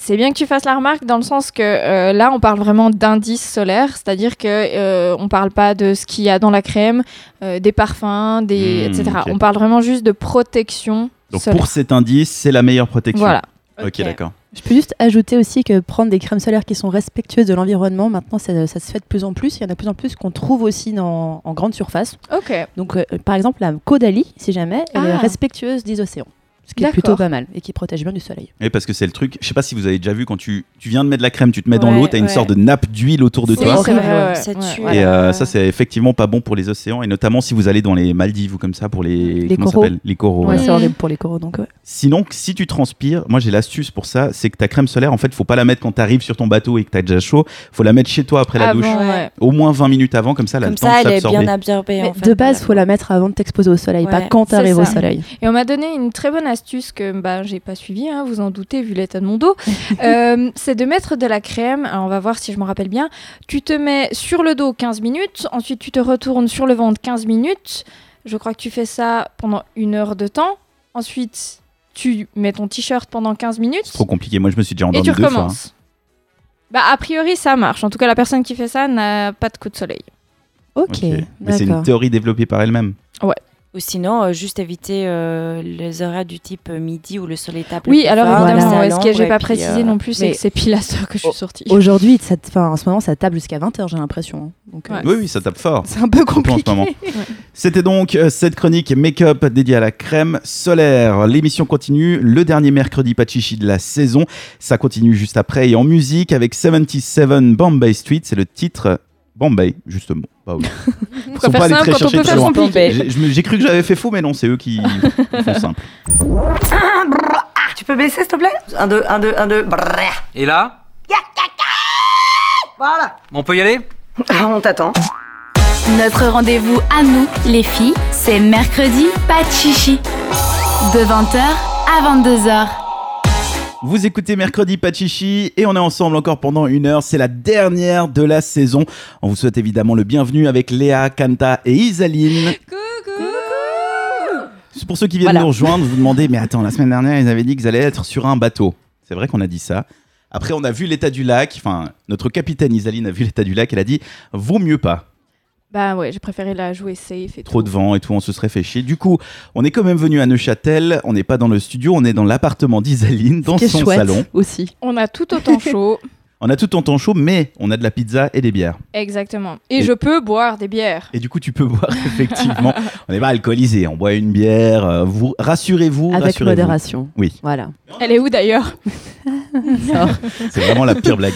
Speaker 6: C'est bien que tu fasses la remarque dans le sens que euh, là, on parle vraiment d'indices solaires, c'est-à-dire que euh, on parle pas de ce qu'il y a dans la crème, euh, des parfums, des
Speaker 4: Hmm,
Speaker 6: etc.
Speaker 4: ok.
Speaker 6: On parle vraiment juste de protection
Speaker 4: Donc,
Speaker 6: solaire.
Speaker 4: pour cet indice, c'est la meilleure protection.
Speaker 6: Voilà.
Speaker 4: ok, d'accord.
Speaker 5: Je peux juste ajouter aussi que prendre des crèmes solaires qui sont respectueuses de l'environnement, maintenant ça, ça se fait de plus en plus. Il y en a de plus en plus qu'on trouve aussi dans- en grande surface.
Speaker 6: Ok.
Speaker 5: Donc euh, par exemple la Caudalie, si jamais, elle est
Speaker 6: Ah.
Speaker 5: respectueuse des océans. Ce qui est
Speaker 6: D'accord.
Speaker 5: plutôt pas mal et qui protège bien du soleil.
Speaker 4: Et parce que c'est le truc, je sais pas si vous avez déjà vu quand tu, tu viens de mettre de la crème, tu te mets dans
Speaker 6: Ouais,
Speaker 4: l'eau, t'as une
Speaker 6: ouais.
Speaker 4: sorte de nappe d'huile autour de
Speaker 6: Oui,
Speaker 4: toi.
Speaker 6: c'est
Speaker 7: Horrible,
Speaker 6: vrai, ouais,
Speaker 7: ça
Speaker 6: ouais,
Speaker 7: tue.
Speaker 6: ouais.
Speaker 4: Et euh,
Speaker 6: Ouais.
Speaker 4: ça, c'est effectivement pas bon pour les océans, et notamment si vous allez dans les Maldives ou comme ça pour les,
Speaker 5: Les
Speaker 4: comment ça
Speaker 5: coraux.
Speaker 4: s'appelle les coraux.
Speaker 5: Ouais,
Speaker 4: voilà.
Speaker 5: c'est horrible pour les coraux donc ouais.
Speaker 4: Sinon, si tu transpires, moi j'ai l'astuce pour ça, c'est que ta crème solaire, en fait, faut pas la mettre quand t'arrives sur ton bateau et que t'as déjà chaud, faut la mettre chez toi après la
Speaker 6: Avant,
Speaker 4: douche,
Speaker 6: ouais.
Speaker 4: au moins 20 minutes avant, comme ça, elle a
Speaker 7: Comme
Speaker 4: le temps
Speaker 7: ça,
Speaker 4: de
Speaker 7: elle est
Speaker 4: s'absorber.
Speaker 7: bien absorbée.
Speaker 5: Mais
Speaker 7: en fait,
Speaker 5: de base,
Speaker 7: voilà.
Speaker 5: faut la mettre avant de t'exposer au soleil, pas
Speaker 7: Ouais,
Speaker 5: quand
Speaker 6: c'est
Speaker 5: t'arrives au
Speaker 6: ça.
Speaker 5: soleil.
Speaker 6: Et on m'a donné une très bonne astuce que bah, j'ai pas suivie, hein, vous en doutez vu l'état de mon dos. Euh, c'est de mettre de la crème, alors on va voir si je me rappelle bien. Tu te mets sur le dos 15 minutes, ensuite tu te retournes sur le ventre 15 minutes. Je crois que tu fais ça pendant une heure de temps. Ensuite, tu mets ton t-shirt pendant 15 minutes
Speaker 4: C'est trop compliqué, moi je me suis déjà
Speaker 6: et
Speaker 4: endormi
Speaker 6: tu
Speaker 4: deux fois. hein.
Speaker 6: recommences. Bah, a priori, ça marche. En tout cas, la personne qui fait ça n'a pas de coup de soleil.
Speaker 5: Ok,
Speaker 4: hein. Ok. Mais c'est une
Speaker 5: d'accord.
Speaker 4: théorie développée par elle-même.
Speaker 7: Ou sinon, euh, juste éviter euh, les horaires du type euh, midi où le soleil tape. le
Speaker 6: Oui,
Speaker 7: plus
Speaker 6: alors
Speaker 7: fort,
Speaker 5: Voilà.
Speaker 6: évidemment,
Speaker 7: c'est à
Speaker 6: ouais, ce que
Speaker 7: l'ombre,
Speaker 6: j'ai
Speaker 7: et
Speaker 6: pas
Speaker 7: puis,
Speaker 6: précisé
Speaker 7: euh,
Speaker 6: non plus, c'est
Speaker 5: mais-
Speaker 6: que c'est pile à cette heure que je suis sortie.
Speaker 5: Aujourd'hui, ça- enfin, en ce moment, ça table jusqu'à 20h, j'ai l'impression. Donc, euh,
Speaker 6: Ouais.
Speaker 4: Oui, oui, ça tape fort.
Speaker 5: C'est un peu
Speaker 4: Surtout en ce
Speaker 5: compliqué.
Speaker 4: moment. C'était donc euh, cette chronique make-up dédiée à la crème solaire. L'émission continue le dernier mercredi pas de chichi de la saison. Ça continue juste après et en musique avec 77 Bombay Street. C'est le titre Bombay, justement. Bah oui. Ils sont
Speaker 6: Pourquoi faire
Speaker 4: allés très
Speaker 6: simple quand on
Speaker 4: chercher
Speaker 6: peut
Speaker 4: très
Speaker 6: faire
Speaker 4: loin.
Speaker 6: compliqué
Speaker 4: J'ai je me- j'ai cru que j'avais fait faux, mais non, c'est eux qui ils font simple.
Speaker 1: Ah. Tu peux baisser, s'il te plaît Un, deux, un, deux, un, deux. Brrr.
Speaker 2: Et là
Speaker 1: Voilà.
Speaker 2: On peut y aller
Speaker 1: Ah, On t'attend.
Speaker 3: Notre rendez-vous à nous, les filles, c'est mercredi, pas de chichi. De 20h à 22h.
Speaker 4: Vous écoutez Mercredi Pachichi et on est ensemble encore pendant une heure. C'est la dernière de la saison. On vous souhaite évidemment le bienvenu avec Léa, Kanta et Isaline. Pour ceux qui viennent
Speaker 5: Voilà.
Speaker 4: nous rejoindre, vous demandez mais attends, la semaine dernière, ils avaient dit qu'ils allaient être sur un bateau. C'est vrai qu'on a dit ça. Après, on a vu l'état du lac. Enfin, notre capitaine Isaline a vu l'état du lac. Elle a dit vaut mieux pas.
Speaker 6: Bah ouais, j'ai préféré la jouer safe et
Speaker 4: Trop
Speaker 6: tout.
Speaker 4: de vent et tout, on se serait fait chier. Du coup, on est quand même venu à Neuchâtel. On n'est pas dans le studio, on est dans l'appartement d'Isaline, dans
Speaker 5: Qui est
Speaker 4: son
Speaker 5: chouette
Speaker 4: salon.
Speaker 5: aussi.
Speaker 6: On a tout autant chaud.
Speaker 4: On a tout ton temps chaud, mais on a de la pizza et des bières.
Speaker 6: Exactement. Et,
Speaker 4: Et-
Speaker 6: je peux boire des bières.
Speaker 4: Et du coup, tu peux boire, effectivement. on n'est pas alcoolisé, on boit une bière. euh, vous Rassurez-vous,
Speaker 5: Avec
Speaker 4: rassurez-vous.
Speaker 5: modération.
Speaker 4: Oui.
Speaker 5: Voilà.
Speaker 6: Elle est où d'ailleurs
Speaker 4: C'est vraiment la pire blague.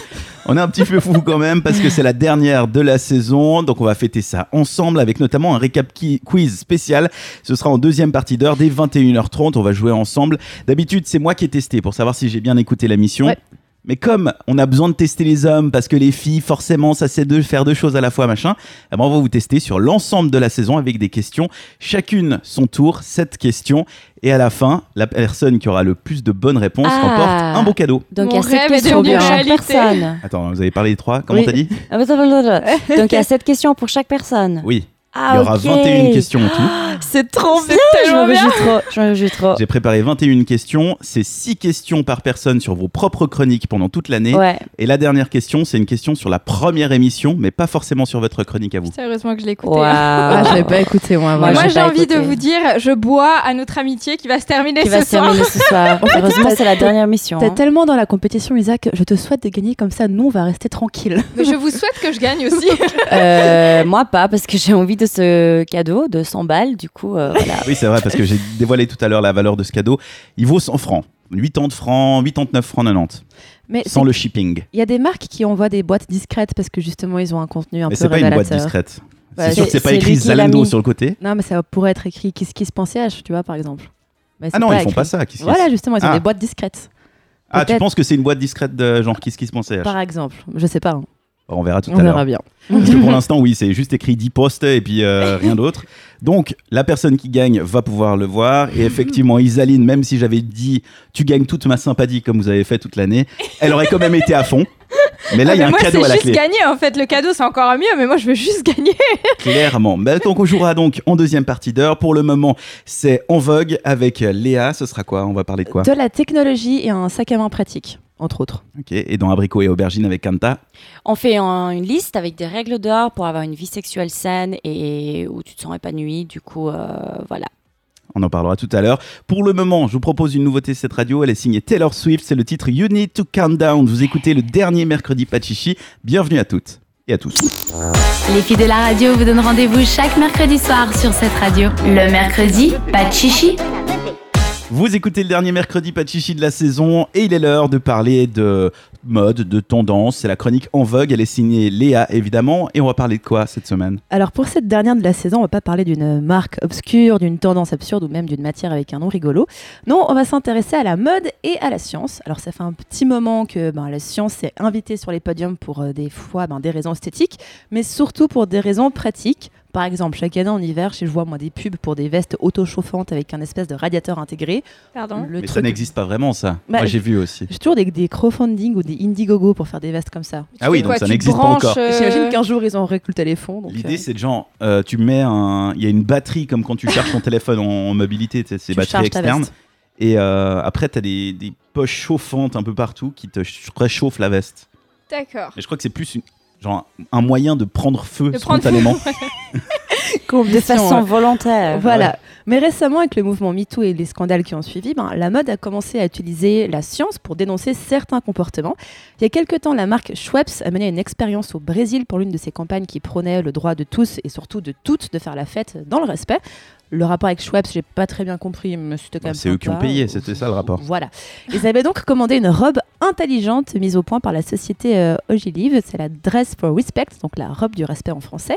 Speaker 4: On est un petit peu fou quand même parce que c'est la dernière de la saison. Donc, on va fêter ça ensemble avec notamment un récap qui- quiz spécial. Ce sera en deuxième partie d'heure dès 21h30. On va jouer ensemble. D'habitude, c'est moi qui ai testé pour savoir si j'ai bien écouté la mission.
Speaker 5: Ouais.
Speaker 4: Mais comme on a besoin de tester les hommes parce que les filles, forcément, ça sait de faire deux choses à la fois, machin, eh ben, on va vous tester sur l'ensemble de la saison avec des questions. Chacune son tour, sept questions. Et à la fin, la personne qui aura le plus de bonnes réponses
Speaker 7: Ah.
Speaker 4: remporte un beau cadeau.
Speaker 7: Donc il y
Speaker 6: Mon
Speaker 7: a sept
Speaker 6: rêve est
Speaker 7: questions
Speaker 6: devenu
Speaker 7: pour chaque
Speaker 6: réalité.
Speaker 7: personne.
Speaker 4: Attends, vous avez parlé des trois Comment
Speaker 7: Oui.
Speaker 4: t'as dit
Speaker 7: Ah, blablabla. Donc il y a sept questions pour chaque personne.
Speaker 4: Oui.
Speaker 7: Ah,
Speaker 4: Il y aura
Speaker 7: ok.
Speaker 4: 21 questions en tout.
Speaker 5: C'est trop bien.
Speaker 7: Je
Speaker 6: tellement
Speaker 7: me réjouis trop. Je me réjouis trop.
Speaker 4: J'ai préparé 21 questions. C'est 6 questions par personne sur vos propres chroniques pendant toute l'année.
Speaker 7: Ouais.
Speaker 4: Et la dernière question, c'est une question sur la première émission, mais pas forcément sur votre chronique à vous.
Speaker 6: Sérieusement que je l'ai écouté.
Speaker 7: Waouh.
Speaker 5: Ah, je l'ai pas écouté, moi.
Speaker 7: Moi,
Speaker 5: vraiment.
Speaker 6: Moi,
Speaker 7: j'ai
Speaker 6: j'ai
Speaker 7: pas
Speaker 6: envie de
Speaker 7: écouté.
Speaker 6: vous dire, je bois à notre amitié qui va se terminer
Speaker 7: Qui
Speaker 6: ce
Speaker 7: va se
Speaker 6: soir.
Speaker 7: terminer ce soir. Heureusement, c'est la dernière mission.
Speaker 5: T'es
Speaker 7: hein.
Speaker 5: tellement dans la compétition, Isaac, je te souhaite de gagner comme ça, nous on va rester tranquille.
Speaker 6: Mais je vous souhaite que je gagne aussi.
Speaker 7: Euh, moi, pas, parce que j'ai envie de ce cadeau de 100 balles. Du coup, euh, voilà.
Speaker 4: Ah Oui, c'est vrai, parce que j'ai dévoilé tout à l'heure la valeur de ce cadeau. Il vaut 100 francs. 80 francs, 89 francs 90,
Speaker 5: Mais
Speaker 4: sans le shipping.
Speaker 5: il y a des marques qui envoient des boîtes discrètes parce que justement ils ont un contenu un
Speaker 4: Mais
Speaker 5: peu
Speaker 4: c'est pas une
Speaker 5: révélateur.
Speaker 4: boîte discrète.
Speaker 5: Ouais,
Speaker 4: c'est sûr
Speaker 5: c'est-
Speaker 4: que c'est pas
Speaker 7: c'est
Speaker 4: écrit
Speaker 7: lui qui l'a
Speaker 4: Zalando
Speaker 7: mis.
Speaker 4: sur le côté.
Speaker 5: Non, mais ça pourrait être écrit Kiss Kiss Pensiage, tu vois, par exemple. Mais
Speaker 4: Ah
Speaker 5: c'est
Speaker 4: non, ils font
Speaker 5: écrit.
Speaker 4: pas ça. Kiss Kiss.
Speaker 5: Voilà, justement, ils ont
Speaker 4: Ah.
Speaker 5: des boîtes discrètes,
Speaker 4: ah, tu
Speaker 5: peut-être.
Speaker 4: penses que c'est une boîte discrète de genre Kiss Kiss Pensée
Speaker 5: par exemple. Je sais pas, hein.
Speaker 4: On verra tout
Speaker 5: on
Speaker 4: à l'heure.
Speaker 5: verra bien.
Speaker 4: Parce que pour l'instant, oui, c'est juste écrit 10 postes et puis euh, rien d'autre. Donc, la personne qui gagne va pouvoir le voir. Et effectivement, Isaline, même si j'avais dit tu gagnes toute ma sympathie comme vous avez fait toute l'année, elle aurait quand même été à fond. Mais là, il y a un
Speaker 6: Mais Ah ben moi,
Speaker 4: cadeau à
Speaker 6: c'est
Speaker 4: la
Speaker 6: juste
Speaker 4: clé,
Speaker 6: gagner en fait. Le cadeau, c'est encore mieux, mais moi, je veux juste gagner.
Speaker 4: clairement. Mais donc, on jouera donc en deuxième partie d'heure. Pour le moment, c'est En Vogue avec Léa. Ce sera quoi On va parler de
Speaker 6: Euh,
Speaker 4: quoi
Speaker 5: De la technologie et un sac à main pratique, entre autres.
Speaker 4: Ok. Et dans Abricot et Aubergine avec Kanta.
Speaker 7: On fait un- une liste avec des règles d'or pour avoir une vie sexuelle saine et où tu te sens épanoui. Du coup, euh, voilà.
Speaker 4: On en parlera tout à l'heure. Pour le moment, je vous propose une nouveauté de cette radio. Elle est signée Taylor Swift. C'est le titre You Need to Calm Down. Vous écoutez le dernier mercredi Pachichi. Bienvenue à toutes et à tous.
Speaker 3: Les filles de la radio vous donnent rendez-vous chaque mercredi soir sur cette radio. Le mercredi, pas de chichi.
Speaker 4: Vous écoutez le dernier mercredi Pachichi de la saison et il est l'heure de parler de mode, de tendance. C'est la chronique en vogue. Elle est signée Léa, évidemment. Et on va parler de quoi cette semaine
Speaker 5: Alors pour cette dernière de la saison, on va pas parler d'une marque obscure, d'une tendance absurde ou même d'une matière avec un nom rigolo. Non, on va s'intéresser à la mode et à la science. Alors ça fait un petit moment que ben, la science est invitée sur les podiums pour euh, des fois ben, des raisons esthétiques, mais surtout pour des raisons pratiques. Par exemple, chaque année en hiver, chez je vois moi des pubs pour des vestes auto-chauffantes avec un espèce de radiateur intégré.
Speaker 6: Pardon.
Speaker 5: Le
Speaker 4: Mais ça
Speaker 5: truc-
Speaker 4: n'existe pas vraiment, ça.
Speaker 5: Bah,
Speaker 4: Moi, j'ai vu aussi.
Speaker 5: J'ai toujours des, des crowdfunding ou des Indiegogo pour faire des vestes comme ça.
Speaker 4: Ah oui, donc
Speaker 6: Quoi,
Speaker 4: ça
Speaker 6: tu
Speaker 4: n'existe pas
Speaker 6: branches,
Speaker 4: encore.
Speaker 6: euh,
Speaker 5: J'imagine qu'un jour ils ont recruté les fonds. donc,
Speaker 4: L'idée,
Speaker 5: euh,
Speaker 4: c'est de genre, euh, tu mets un. Il y a une batterie comme quand tu charges ton téléphone en, en mobilité, tu sais, c'est
Speaker 5: tu
Speaker 4: batterie
Speaker 5: charges ta
Speaker 4: externe.
Speaker 5: veste.
Speaker 4: Et euh, après, t'as des, des poches chauffantes un peu partout qui te ch- réchauffent la veste.
Speaker 6: D'accord.
Speaker 4: Mais je crois que c'est plus une- genre un moyen de prendre feu
Speaker 6: De prendre
Speaker 4: spontanément.
Speaker 7: De
Speaker 5: hein.
Speaker 7: façon volontaire.
Speaker 5: Voilà. Mais récemment, avec le mouvement MeToo et les scandales qui ont suivi, ben, la mode a commencé à utiliser la science pour dénoncer certains comportements. Il y a quelques temps, la marque Schweppes a mené une expérience au Brésil pour l'une de ses campagnes qui prônait le droit de tous et surtout de toutes de faire la fête dans le respect. Le rapport avec Schweppes, j'ai pas très bien compris, mais c'était quand
Speaker 4: Bah,
Speaker 5: même.
Speaker 4: c'est eux qui ont
Speaker 5: sympa.
Speaker 4: payé, c'était ça, le rapport.
Speaker 5: Voilà. Ils avaient donc commandé une robe intelligente mise au point par la société euh, Ogilive. C'est la Dress for Respect, donc la robe du respect en français.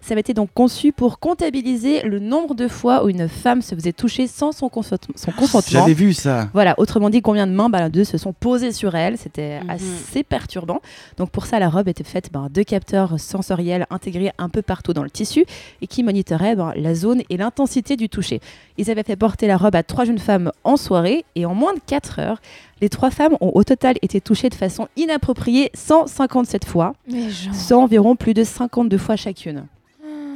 Speaker 5: Ça avait été donc conçu pour comptabiliser le nombre de fois où une femme se faisait toucher sans son, consentement- son consentement.
Speaker 4: J'avais vu ça.
Speaker 5: Voilà, autrement dit, combien de mains bah, deux se sont posées sur elle. C'était
Speaker 7: Mhm.
Speaker 5: assez perturbant. Donc pour ça, la robe était faite ben, de capteurs sensoriels intégrés un peu partout dans le tissu et qui monitoraient ben, la zone et l'intensité du toucher. Ils avaient fait porter la robe à trois jeunes femmes en soirée et en moins de 4 heures, les trois femmes ont au total été touchées de façon inappropriée 157 fois,
Speaker 6: Mais genre.
Speaker 5: soit environ plus de 52 fois chacune.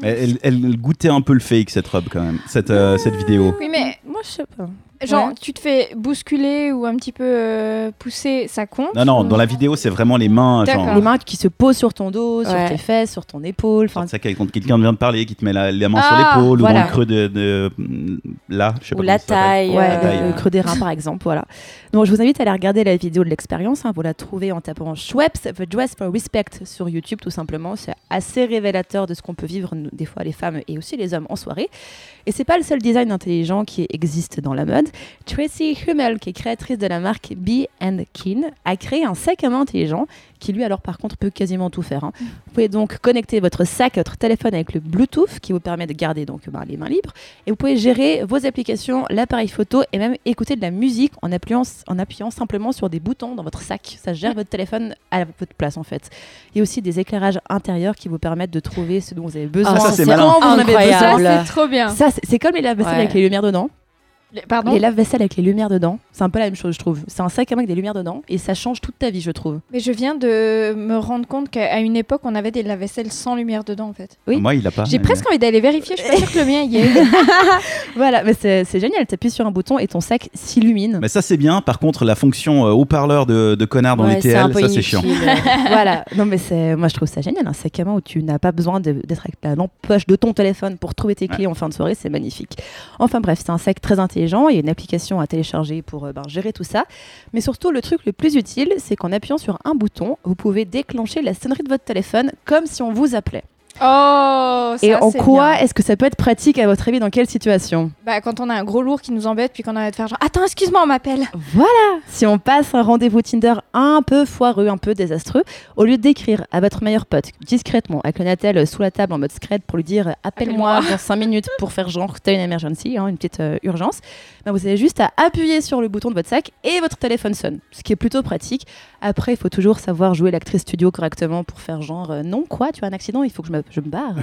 Speaker 4: Mais Elle, elle goûtait un peu le fake, cette robe, quand même, cette, euh, cette vidéo.
Speaker 6: Oui, mais
Speaker 5: Moi, je sais pas.
Speaker 6: genre,
Speaker 5: Ouais.
Speaker 6: tu te fais bousculer ou un petit peu euh, pousser, ça compte
Speaker 4: Non, non, dans la vidéo, c'est vraiment les mains, genre.
Speaker 6: D'accord.
Speaker 5: Les mains qui se posent sur ton dos, sur
Speaker 7: Ouais.
Speaker 5: tes fesses, sur ton épaule. Enfin,
Speaker 4: Genre, tu sais, quand quelqu'un vient de parler, qui te met la, la main
Speaker 6: Ah,
Speaker 4: sur l'épaule ou dans
Speaker 5: voilà.
Speaker 4: le creux de, de- là, je sais pas
Speaker 7: Ou la
Speaker 4: comment ça s'appelle.
Speaker 7: taille. euh,
Speaker 5: Ouais,
Speaker 4: la
Speaker 5: le-
Speaker 4: taille,
Speaker 5: le
Speaker 4: ouais.
Speaker 5: creux des reins par exemple, voilà. Donc je vous invite à aller regarder la vidéo de l'expérience, hein, vous la trouvez en tapant Schweppes The Dress for Respect sur YouTube tout simplement, c'est assez révélateur de ce qu'on peut vivre nous, des fois les femmes et aussi les hommes en soirée. Et c'est pas le seul design intelligent qui existe dans la mode. Tracy Hummel, qui est créatrice de la marque Be and Keen, a créé un sac à main intelligent qui lui alors par contre peut quasiment tout faire. hein. Vous pouvez donc connecter votre sac à votre téléphone avec le Bluetooth qui vous permet de garder donc ben, les mains libres et vous pouvez gérer vos applications, l'appareil photo et même écouter de la musique en appuyant, en appuyant simplement sur des boutons dans votre sac. Ça gère votre téléphone à votre place en fait. Il y a aussi des éclairages intérieurs qui vous permettent de trouver ce dont vous avez besoin.
Speaker 4: Ah, ça, c'est
Speaker 5: Quand
Speaker 4: malin.
Speaker 5: vous en avez besoin.
Speaker 6: Ça,
Speaker 7: Incroyable.
Speaker 6: c'est trop bien.
Speaker 5: Ça, c'est- c'est comme les lave-vaisselle
Speaker 7: Ouais. Ah
Speaker 5: avec les lumières dedans.
Speaker 6: Les- Pardon
Speaker 5: Les lave-vaisselle avec les lumières dedans, c'est un peu la même chose, je trouve. C'est un sac à main avec des lumières dedans et ça change toute ta vie, je trouve.
Speaker 6: Mais je viens de me rendre compte qu'à une époque, on avait des lave-vaisselle sans lumière dedans, en fait.
Speaker 5: Oui.
Speaker 4: Moi, il a pas. Euh,
Speaker 6: J'ai
Speaker 4: Ah, mais-
Speaker 6: presque envie d'aller vérifier. Je suis pas sûre que le mien y est.
Speaker 5: Voilà, mais c'est c'est génial. T'appuies sur un bouton et ton sac s'illumine.
Speaker 4: Mais ça, c'est bien. Par contre, la fonction euh, haut-parleur de, de connard dans
Speaker 7: Ouais, c'est un
Speaker 4: l'ETL, ça,
Speaker 7: peu
Speaker 4: c'est
Speaker 7: inutile.
Speaker 4: chiant.
Speaker 5: euh, voilà. Non, mais c'est, moi je trouve ça génial. Un sac à main où tu n'as pas besoin de- d'être avec la lampe poche de ton téléphone pour trouver tes clés en fin de soirée, c'est magnifique. Enfin bref, c'est un sac très intelligent. Il y a une application à télécharger pour euh, ben, gérer tout ça. Mais surtout, le truc le plus utile, c'est qu'en appuyant sur un bouton, vous pouvez déclencher la sonnerie de votre téléphone comme si on vous appelait.
Speaker 6: Oh, ça,
Speaker 5: et en
Speaker 6: c'est
Speaker 5: quoi
Speaker 6: bien.
Speaker 5: est-ce que ça peut être pratique à votre avis Dans quelle situation
Speaker 6: bah, Quand on a un gros lourd qui nous embête, puis qu'on a envie de faire genre Attends, excuse-moi, on m'appelle.
Speaker 5: Voilà Si on passe un rendez-vous Tinder un peu foireux, un peu désastreux, au lieu d'écrire à votre meilleur pote discrètement avec le Natel sous la table en mode secret pour lui dire euh, appelle-moi dans 5 minutes pour faire genre que t'as une emergency, hein, une petite euh, urgence, ben, vous avez juste à appuyer sur le bouton de votre sac et votre téléphone sonne, ce qui est plutôt pratique. Après, il faut toujours savoir jouer l'actrice studio correctement pour faire genre euh, non quoi, tu as un accident, il faut que je me, je me barre.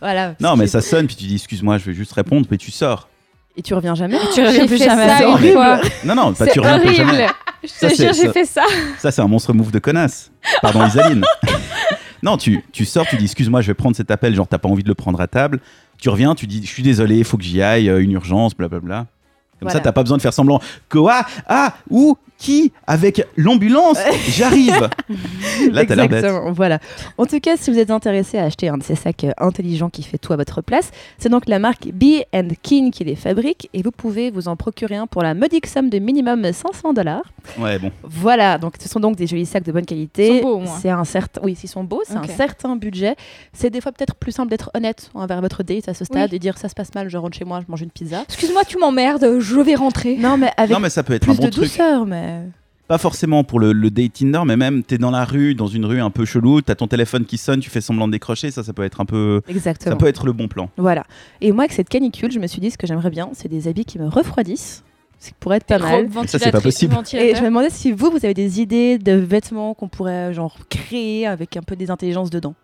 Speaker 5: voilà.
Speaker 4: Non, mais
Speaker 5: Ce qui-
Speaker 4: ça sonne, puis tu dis excuse-moi, je vais juste répondre, puis tu sors.
Speaker 5: Et tu reviens jamais
Speaker 7: Tu reviens
Speaker 6: J'ai
Speaker 7: plus
Speaker 6: fait
Speaker 7: jamais.
Speaker 6: ça
Speaker 4: Non,
Speaker 6: une
Speaker 4: mais-
Speaker 6: fois.
Speaker 4: Non, non, pas
Speaker 6: C'est
Speaker 4: tu reviens plus jamais.
Speaker 6: horrible. Je
Speaker 4: Ça,
Speaker 6: te
Speaker 4: c'est-
Speaker 6: jure, j'ai
Speaker 4: ça-
Speaker 6: fait ça.
Speaker 4: Ça, c'est un monstre move de connasse. Pardon, Isaline. non, tu, tu sors, tu dis excuse-moi, je vais prendre cet appel, genre t'as pas envie de le prendre à table. Tu reviens, tu dis je suis désolé, il faut que j'y aille, euh, une urgence, blablabla. Comme ça,
Speaker 5: Voilà.
Speaker 4: t'as pas besoin de faire semblant. Quoi Ah Où Qui Avec l'ambulance J'arrive Là, t'as l'air bête.
Speaker 5: Exactement, voilà. En tout cas, si vous êtes intéressé à acheter un de ces sacs euh, intelligents qui fait tout à votre place, c'est donc la marque Bee and King qui les fabrique et vous pouvez vous en procurer un pour la modique somme de minimum 500 dollars.
Speaker 4: Ouais, bon.
Speaker 5: Voilà, donc ce sont donc des jolis sacs de bonne qualité.
Speaker 6: Ils sont beaux, au moins.
Speaker 5: C'est un certain, oui, ils sont beaux, c'est
Speaker 6: Ok.
Speaker 5: un certain budget. C'est des fois peut-être plus simple d'être honnête envers votre date à ce stade et dire ça se passe mal, je rentre chez moi, je mange une pizza.
Speaker 6: Excuse-moi, tu m'emmerdes, je vais rentrer.
Speaker 5: Non, mais avec
Speaker 4: Non, mais ça peut être un
Speaker 5: plus
Speaker 4: bon
Speaker 5: de
Speaker 4: truc.
Speaker 5: douceur, mais.
Speaker 4: Pas forcément pour le, le date Tinder, mais même t'es dans la rue, dans une rue un peu chelou, t'as ton téléphone qui sonne, tu fais semblant de décrocher, ça, ça peut être un peu. Ça
Speaker 5: Exactement.
Speaker 4: peut être le bon plan.
Speaker 5: Voilà. Et moi, avec cette canicule, je me suis dit ce que j'aimerais bien, c'est des habits qui me refroidissent. Ce qui pourrait être pas mal.
Speaker 6: Gros
Speaker 4: Ça, c'est pas
Speaker 6: ventilatrice,
Speaker 4: possible.
Speaker 5: Et je me
Speaker 6: ventilateur.
Speaker 5: demandais si vous, vous avez des idées de vêtements qu'on pourrait euh, genre créer avec un peu des intelligences dedans.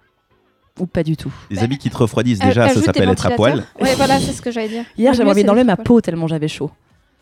Speaker 5: Ou pas du tout.
Speaker 4: Les habits qui te refroidissent
Speaker 6: Euh,
Speaker 4: déjà, ça
Speaker 6: ajoute des
Speaker 4: s'appelle être à poil.
Speaker 6: ventilateurs. Ouais, voilà, c'est ce que j'allais dire.
Speaker 5: Hier,
Speaker 6: Le
Speaker 5: j'avais
Speaker 6: mieux,
Speaker 5: envie
Speaker 6: c'est
Speaker 5: d'enlever
Speaker 6: d'être
Speaker 5: ma
Speaker 6: à poil.
Speaker 5: peau tellement j'avais chaud.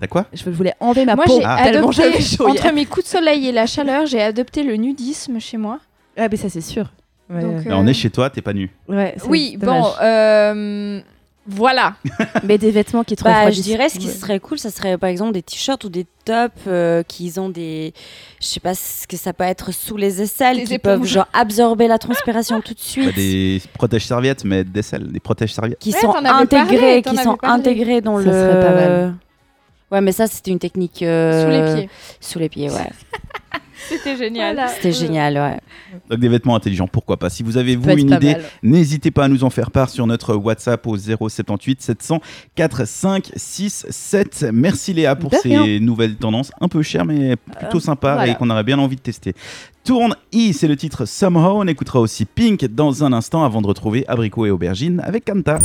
Speaker 4: T'as quoi
Speaker 5: Je voulais enlever ma
Speaker 6: Moi,
Speaker 5: peau
Speaker 6: j'ai
Speaker 4: Ah.
Speaker 5: tellement
Speaker 6: adopté,
Speaker 5: j'avais chaud. hier.
Speaker 6: entre mes coups de soleil et la chaleur, j'ai adopté le nudisme chez moi.
Speaker 5: Ouais, Ah, mais ça c'est sûr. Ouais,
Speaker 6: Donc,
Speaker 4: Là, Bah, on
Speaker 6: euh,
Speaker 4: est chez toi, t'es pas nu.
Speaker 5: ouais, c'est
Speaker 6: Oui,
Speaker 5: dommage.
Speaker 6: bon, euh, voilà.
Speaker 5: Mais des vêtements qui te
Speaker 7: Bah, je
Speaker 5: refroidissent.
Speaker 7: dirais ce qui
Speaker 5: Ouais.
Speaker 7: serait cool, ça serait par exemple des t-shirts ou des tops euh, qui ont des, je sais pas ce que ça peut être sous les aisselles,
Speaker 6: Des
Speaker 7: qui
Speaker 6: éponges.
Speaker 7: peuvent genre absorber la transpiration tout de
Speaker 4: Pas
Speaker 7: suite,
Speaker 4: Bah, des protèges serviettes, mais des selles, des protèges serviettes.
Speaker 7: qui
Speaker 6: Ouais,
Speaker 7: sont
Speaker 6: t'en avais parlé,
Speaker 7: intégrés,
Speaker 6: t'en
Speaker 7: qui
Speaker 6: avais
Speaker 7: sont
Speaker 6: parlé.
Speaker 7: intégrés dans
Speaker 5: Ça
Speaker 7: le.
Speaker 5: serait pas mal.
Speaker 7: Ouais, mais ça c'était une technique euh,
Speaker 6: Sous les pieds.
Speaker 7: Sous les pieds, ouais.
Speaker 6: C'était génial.
Speaker 7: C'était génial, ouais.
Speaker 4: Donc des vêtements intelligents, pourquoi pas. Si vous avez vous
Speaker 5: peut être
Speaker 4: une
Speaker 5: pas
Speaker 4: idée,
Speaker 5: mal.
Speaker 4: n'hésitez pas à nous en faire part sur notre WhatsApp au 078 700 456 Merci Léa pour
Speaker 5: De
Speaker 4: ces
Speaker 5: rien.
Speaker 4: nouvelles tendances, un peu chères mais plutôt sympas
Speaker 5: voilà.
Speaker 4: et qu'on aurait bien envie de tester. Tourne I, c'est le titre Somehow. On écoutera aussi Pink dans un instant avant de retrouver Abricot et Aubergine avec Kanta.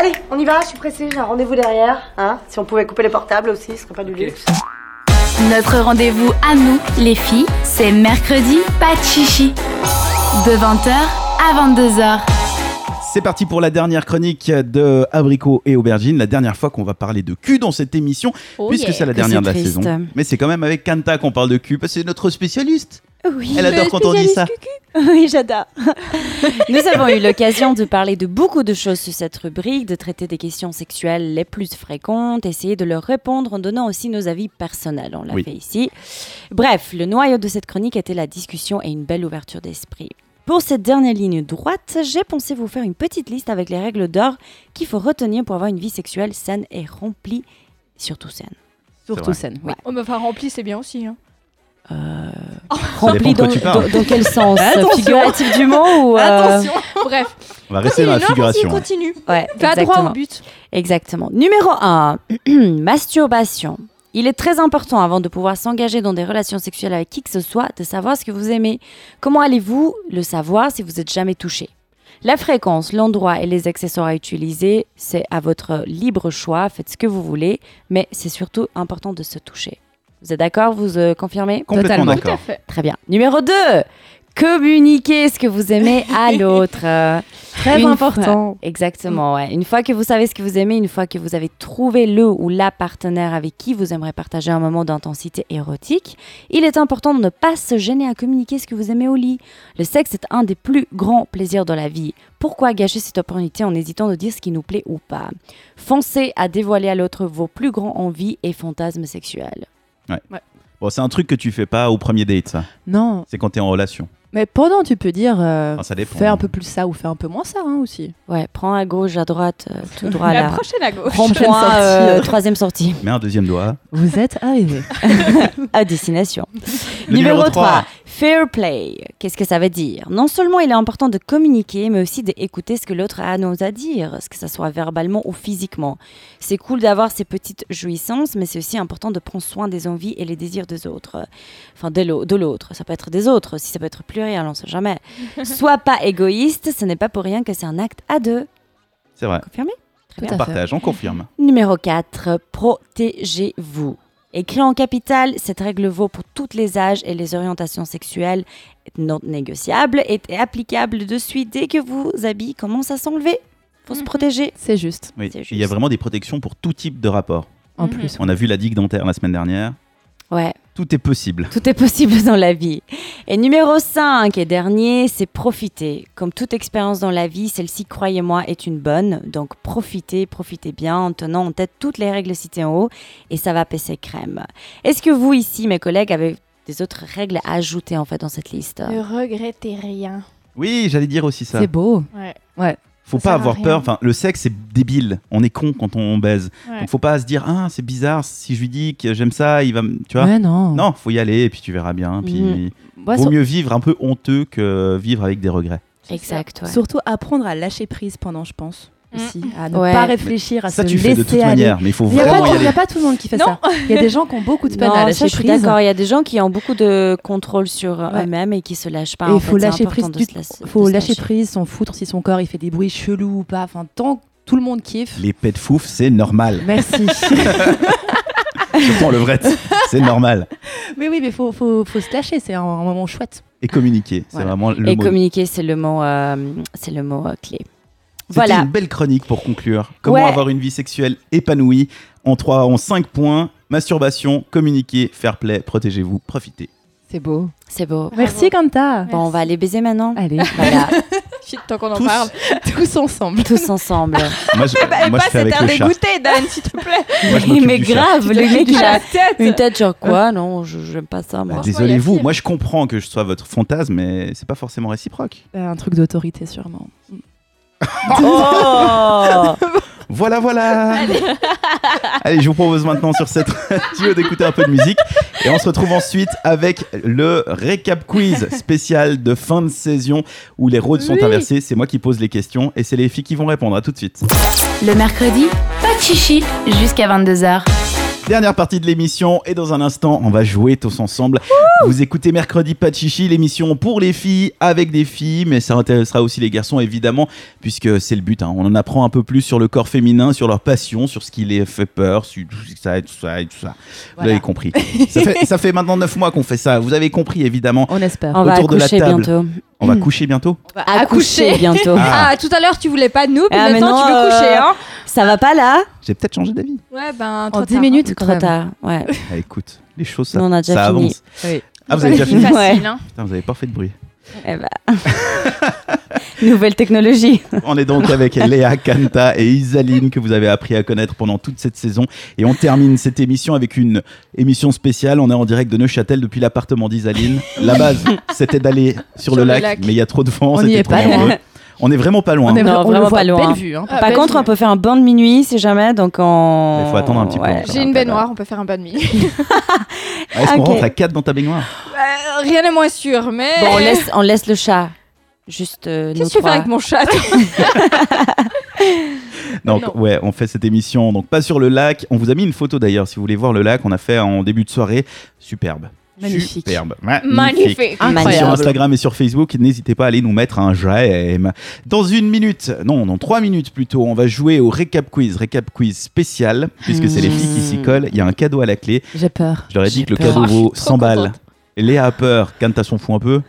Speaker 1: Allez, on y va, je suis pressée, j'ai un rendez-vous derrière. Hein si on pouvait couper les portables aussi, ce serait pas du luxe.
Speaker 3: Notre rendez-vous à nous, les filles, c'est mercredi, pas de chichi. De 20h à 22h.
Speaker 4: C'est parti pour la dernière chronique de Abricot et Aubergine, la dernière fois qu'on va parler de cul dans cette émission,
Speaker 6: Oh
Speaker 4: puisque
Speaker 6: yeah.
Speaker 4: c'est la
Speaker 7: que
Speaker 4: dernière de
Speaker 7: c'est
Speaker 4: la
Speaker 7: triste.
Speaker 4: saison. Mais c'est quand même avec Kanta qu'on parle de cul, parce que c'est notre spécialiste.
Speaker 7: Oui,
Speaker 4: Elle adore quand on dit ça.
Speaker 7: oui, j'adore. Nous avons eu l'occasion de parler de beaucoup de choses sur cette rubrique, de traiter des questions sexuelles les plus fréquentes, essayer de leur répondre en donnant aussi nos avis personnels. On l'a
Speaker 4: Oui.
Speaker 7: fait ici. Bref, le noyau de cette chronique était la discussion et une belle ouverture d'esprit. Pour cette dernière ligne droite, j'ai pensé vous faire une petite liste avec les règles d'or qu'il faut retenir pour avoir une vie sexuelle saine et remplie, surtout saine.
Speaker 4: C'est vrai.
Speaker 5: Surtout scène. Oui.
Speaker 6: Oh, mais enfin, rempli, c'est bien aussi. Hein.
Speaker 4: dépend
Speaker 7: Remplie
Speaker 4: de quoi
Speaker 7: dans,
Speaker 4: tu parles.
Speaker 7: dans- dans quel sens
Speaker 5: Attention.
Speaker 7: Figuratif du mot ou euh,
Speaker 6: Attention Bref,
Speaker 4: On va rester dans la
Speaker 6: Non, vas-y,
Speaker 4: figuration.
Speaker 6: continue.
Speaker 7: Ouais,
Speaker 6: Va droit
Speaker 7: exactement.
Speaker 6: au but.
Speaker 7: Exactement. Numéro 1, masturbation. Il est très important avant de pouvoir s'engager dans des relations sexuelles avec qui que ce soit de savoir ce que vous aimez. Comment allez-vous le savoir si vous n'êtes jamais touché La fréquence, l'endroit et les accessoires à utiliser, c'est à votre libre choix, faites ce que vous voulez, mais c'est surtout important de se toucher. Vous êtes d'accord Vous euh, confirmez
Speaker 4: Complètement
Speaker 5: Totalement.
Speaker 6: Tout à
Speaker 4: d'accord.
Speaker 6: fait.
Speaker 7: Très bien. Numéro 2, communiquer ce que vous aimez à l'autre. Euh,
Speaker 5: Très
Speaker 7: une
Speaker 5: important.
Speaker 7: fois- exactement, ouais. Une fois que vous savez ce que vous aimez, une fois que vous avez trouvé le ou la partenaire avec qui vous aimeriez partager un moment d'intensité érotique, il est important de ne pas se gêner à communiquer ce que vous aimez au lit. Le sexe est un des plus grands plaisirs dans la vie. Pourquoi gâcher cette opportunité en hésitant de dire ce qui nous plaît ou pas Foncez à dévoiler à l'autre vos plus grands envies et fantasmes sexuels.
Speaker 4: Bon, c'est un truc que tu fais pas au premier date, ça.
Speaker 5: Non,
Speaker 4: C'est quand t'es en relation.
Speaker 5: mais pendant, tu peux dire euh,
Speaker 4: Enfin, ça dépend.
Speaker 5: fais un peu plus ça ou fais un peu moins ça hein, aussi.
Speaker 7: Ouais, prends à gauche, à droite, euh, tout droit
Speaker 6: La
Speaker 7: là.
Speaker 6: prochaine à gauche.
Speaker 7: Rond-point,
Speaker 5: sortie,
Speaker 7: euh,
Speaker 5: euh.
Speaker 7: troisième sortie,
Speaker 4: Mets un deuxième doigt.
Speaker 5: Vous êtes arrivé.
Speaker 7: à destination.
Speaker 4: Le numéro 3.
Speaker 7: fair play. Qu'est-ce que ça veut dire Non seulement il est important de communiquer, mais aussi d'écouter ce que l'autre a à nous à dire, que ce soit verbalement ou physiquement. C'est cool d'avoir ces petites jouissances, mais c'est aussi important de prendre soin des envies et les désirs des autres. Enfin, de l'au- de l'autre. Ça peut être des autres, si ça peut être pluriel, on sait jamais. Sois pas égoïste, ce n'est pas pour rien que c'est un acte à deux.
Speaker 4: C'est vrai.
Speaker 7: Confirmé
Speaker 5: Tout à
Speaker 4: On
Speaker 5: fait.
Speaker 4: partage, on confirme.
Speaker 7: Numéro 4, protégez-vous. Écrit en capital, cette règle vaut pour tous les âges et les orientations sexuelles, est non négociable et est applicable de suite dès que vos habits commencent à s'enlever. Faut se
Speaker 6: Mhm.
Speaker 7: protéger.
Speaker 5: C'est juste,
Speaker 4: Oui.
Speaker 7: C'est juste.
Speaker 4: Il y a vraiment des protections pour tout type de rapport.
Speaker 5: en
Speaker 6: Mhm.
Speaker 5: plus.
Speaker 4: On a vu la digue dentaire la semaine dernière.
Speaker 7: Ouais,
Speaker 4: Tout est possible.
Speaker 7: tout est possible dans la vie. Et numéro 5 et dernier, c'est profiter. Comme toute expérience dans la vie, celle-ci, croyez-moi, est une bonne. Donc profitez, profitez bien en tenant en tête toutes les règles citées en haut et ça va passer crème. Est-ce que vous, ici, mes collègues, avez des autres règles à ajouter en fait dans cette liste
Speaker 5: Euh,
Speaker 6: Ne regrettez rien.
Speaker 4: Oui, j'allais dire aussi ça.
Speaker 5: C'est beau.
Speaker 6: Ouais.
Speaker 4: Faut
Speaker 6: Ça sert
Speaker 4: pas
Speaker 6: à
Speaker 4: avoir
Speaker 6: rien.
Speaker 4: peur. Enfin, le sexe, c'est débile. On est con quand on baise.
Speaker 6: Ouais.
Speaker 4: Donc, faut pas se dire, ah, c'est bizarre. Si je lui dis que j'aime ça, il va. me- Tu vois
Speaker 5: Ouais, non.
Speaker 4: Non, faut y aller et puis tu verras bien. Puis
Speaker 7: Mhm.
Speaker 5: Moi,
Speaker 4: vaut
Speaker 5: sur-
Speaker 4: mieux vivre un peu honteux que vivre avec des regrets.
Speaker 7: Exact, ouais.
Speaker 5: Surtout apprendre à lâcher prise pendant, je pense,
Speaker 6: Mm.
Speaker 5: aussi, à ne
Speaker 7: Ouais.
Speaker 5: pas réfléchir, à
Speaker 4: ça,
Speaker 5: se
Speaker 4: tu
Speaker 5: laisser
Speaker 4: fais de toute
Speaker 5: aller.
Speaker 4: manière, mais il faut
Speaker 5: Il n'y a,
Speaker 4: vraiment
Speaker 5: pas
Speaker 4: y
Speaker 5: tout- il y a
Speaker 4: aller.
Speaker 5: pas tout le monde qui fait
Speaker 6: Non.
Speaker 5: ça. Il y a des gens qui ont beaucoup de peine
Speaker 7: Non,
Speaker 5: à
Speaker 7: ça,
Speaker 5: lâcher
Speaker 7: je suis
Speaker 5: prise.
Speaker 7: d'accord. Il y a des gens qui ont beaucoup de contrôle sur
Speaker 5: Ouais.
Speaker 7: eux-mêmes et qui se lâchent pas.
Speaker 5: Et
Speaker 7: en
Speaker 5: il
Speaker 7: fait.
Speaker 5: faut
Speaker 7: C'est
Speaker 5: lâcher prise.
Speaker 7: important de
Speaker 5: Du...
Speaker 7: se laisser- de
Speaker 5: faut
Speaker 7: se
Speaker 5: lâcher
Speaker 7: lâcher.
Speaker 5: prise, s'en foutre si son corps il fait des bruits chelous ou pas. Enfin, tant que tout le monde kiffe.
Speaker 4: Les pets de fouf, c'est normal.
Speaker 5: Merci.
Speaker 4: Surtout le vrai, c'est normal.
Speaker 5: mais oui, mais faut, faut, faut se lâcher. C'est un, un moment chouette.
Speaker 4: Et communiquer, c'est
Speaker 5: Voilà.
Speaker 4: vraiment le
Speaker 7: Et
Speaker 4: mot.
Speaker 7: communiquer, c'est le mot, euh, c'est le mot euh, clé.
Speaker 4: C'était
Speaker 7: Voilà.
Speaker 4: une belle chronique pour conclure. Comment
Speaker 7: Ouais.
Speaker 4: avoir une vie sexuelle épanouie en trois, en 5 points. Masturbation, communiquer, fair play, protégez-vous, profitez.
Speaker 5: C'est beau.
Speaker 7: C'est beau.
Speaker 5: Merci, Kanta.
Speaker 7: Bon, on va aller baiser maintenant.
Speaker 5: Allez,
Speaker 7: Voilà,
Speaker 6: Shit, tant qu'on en
Speaker 4: Tous.
Speaker 6: parle.
Speaker 5: tous ensemble.
Speaker 7: tous ensemble.
Speaker 4: Moi, je, moi, je
Speaker 6: pas
Speaker 4: fais avec
Speaker 6: cet air
Speaker 4: le chat.
Speaker 6: dégoûté, Dan, s'il te plaît.
Speaker 4: Moi, je m'occupe
Speaker 7: mais
Speaker 4: du chat.
Speaker 7: grave, le mec, il
Speaker 6: À la
Speaker 7: a
Speaker 6: tête.
Speaker 7: une tête genre quoi Non, je j'aime pas ça.
Speaker 4: Bah,
Speaker 7: Moi.
Speaker 6: Franchement,
Speaker 4: désolé
Speaker 6: il y a
Speaker 4: vous,
Speaker 6: pire.
Speaker 4: moi je comprends que je sois votre fantasme, mais c'est pas forcément réciproque.
Speaker 5: Euh, un truc d'autorité, sûrement.
Speaker 4: Ah,
Speaker 7: Oh
Speaker 4: Voilà, voilà Allez, je vous propose maintenant sur cette radio d'écouter un peu de musique et on se retrouve ensuite avec le récap quiz spécial de fin de saison où les rôles sont
Speaker 6: Oui.
Speaker 4: inversés. C'est moi qui pose les questions et c'est les filles qui vont répondre. À tout de suite.
Speaker 3: Le mercredi, pas de chichi jusqu'à 22h.
Speaker 4: Dernière partie de l'émission et dans un instant, on va jouer tous ensemble. Vous écoutez mercredi pas de chichi, l'émission pour les filles avec des filles, mais ça intéressera aussi les garçons évidemment, puisque c'est le but. hein. On en apprend un peu plus sur le corps féminin, sur leur passion, sur ce qui les fait peur, sur tout ça et tout ça et tout ça. Vous
Speaker 5: Voilà.
Speaker 4: l'avez compris. ça, fait, ça fait maintenant 9 mois qu'on fait ça. Vous avez compris évidemment.
Speaker 5: On espère.
Speaker 7: On va
Speaker 4: Autour de la
Speaker 7: accoucher
Speaker 4: table.
Speaker 7: bientôt.
Speaker 4: On va
Speaker 7: Mm.
Speaker 4: coucher bientôt.
Speaker 7: Accoucher bientôt.
Speaker 4: Ah,
Speaker 6: Ah, tout à l'heure, tu voulais pas de nous, puis
Speaker 7: Ah,
Speaker 6: maintenant,
Speaker 7: maintenant,
Speaker 6: tu veux coucher,
Speaker 7: euh,
Speaker 6: hein
Speaker 7: Ça va pas là
Speaker 4: j'ai peut-être changé d'avis.
Speaker 6: Ouais, ben, trop
Speaker 5: En 10
Speaker 6: tard.
Speaker 5: minutes, quand
Speaker 7: Trop
Speaker 5: même.
Speaker 7: tard. Ouais.
Speaker 4: Ah, écoute, les choses ça,
Speaker 7: Non, on a déjà
Speaker 4: ça
Speaker 7: fini.
Speaker 4: avance.
Speaker 5: Oui.
Speaker 4: Ah vous avez déjà fini.
Speaker 7: Ouais.
Speaker 6: Facile, hein.
Speaker 4: Putain, vous avez pas fait de bruit.
Speaker 7: Eh ben. Nouvelle technologie.
Speaker 4: On est donc avec Léa, Kanta et Isaline que vous avez appris à connaître pendant toute cette saison. Et on termine cette émission avec une émission spéciale. On est en direct de Neuchâtel depuis l'appartement d'Isaline. La base, c'était d'aller sur, le, lac, mais il y a trop de vent,
Speaker 5: On y
Speaker 4: c'était
Speaker 5: est
Speaker 4: trop
Speaker 5: pas loin.
Speaker 4: dangereux. On est vraiment pas loin.
Speaker 5: On est
Speaker 7: Non,
Speaker 5: vra- on
Speaker 7: vraiment
Speaker 5: le voit
Speaker 7: pas loin.
Speaker 5: Belle vue. hein.
Speaker 6: Ah,
Speaker 7: Par
Speaker 6: bah,
Speaker 7: contre,
Speaker 6: je-
Speaker 7: on peut faire un bain de minuit si jamais, donc on.
Speaker 4: Il faut attendre un petit peu
Speaker 7: Ouais.
Speaker 4: encore.
Speaker 6: J'ai une
Speaker 4: bah.
Speaker 6: baignoire, on peut faire un bain de mie.
Speaker 4: Ah, Est-ce qu'on
Speaker 7: Ok.
Speaker 4: rentre à 4 dans ta baignoire
Speaker 6: Euh, Rien n'est moins sûr, mais.
Speaker 7: Bon, on laisse, on laisse le chat. Juste. euh, nous
Speaker 6: Qu'est-ce que tu fais
Speaker 7: trois.
Speaker 6: avec mon chat
Speaker 4: Donc
Speaker 6: Non.
Speaker 4: ouais, on fait cette émission donc pas sur le lac. On vous a mis une photo d'ailleurs si vous voulez voir le lac. On a fait en début de soirée. Superbe.
Speaker 5: Magnifique.
Speaker 4: Superbe. Magnifique.
Speaker 6: Magnifique.
Speaker 7: euh,
Speaker 4: sur
Speaker 7: Incroyable.
Speaker 4: Instagram et sur Facebook. N'hésitez pas à aller nous mettre un j'aime. Dans une minute, non, dans trois minutes plutôt, on va jouer au récap quiz, récap quiz
Speaker 7: Hmm.
Speaker 4: spécial, puisque c'est les filles qui s'y collent. Il y a un cadeau à la clé.
Speaker 5: J'ai peur.
Speaker 4: Je leur ai dit
Speaker 7: J'ai
Speaker 4: que le
Speaker 7: peur.
Speaker 4: cadeau
Speaker 6: Oh, je suis
Speaker 4: vaut
Speaker 6: trop
Speaker 4: 100 balles.
Speaker 6: contente.
Speaker 4: Léa a peur. Kant a son fou un peu.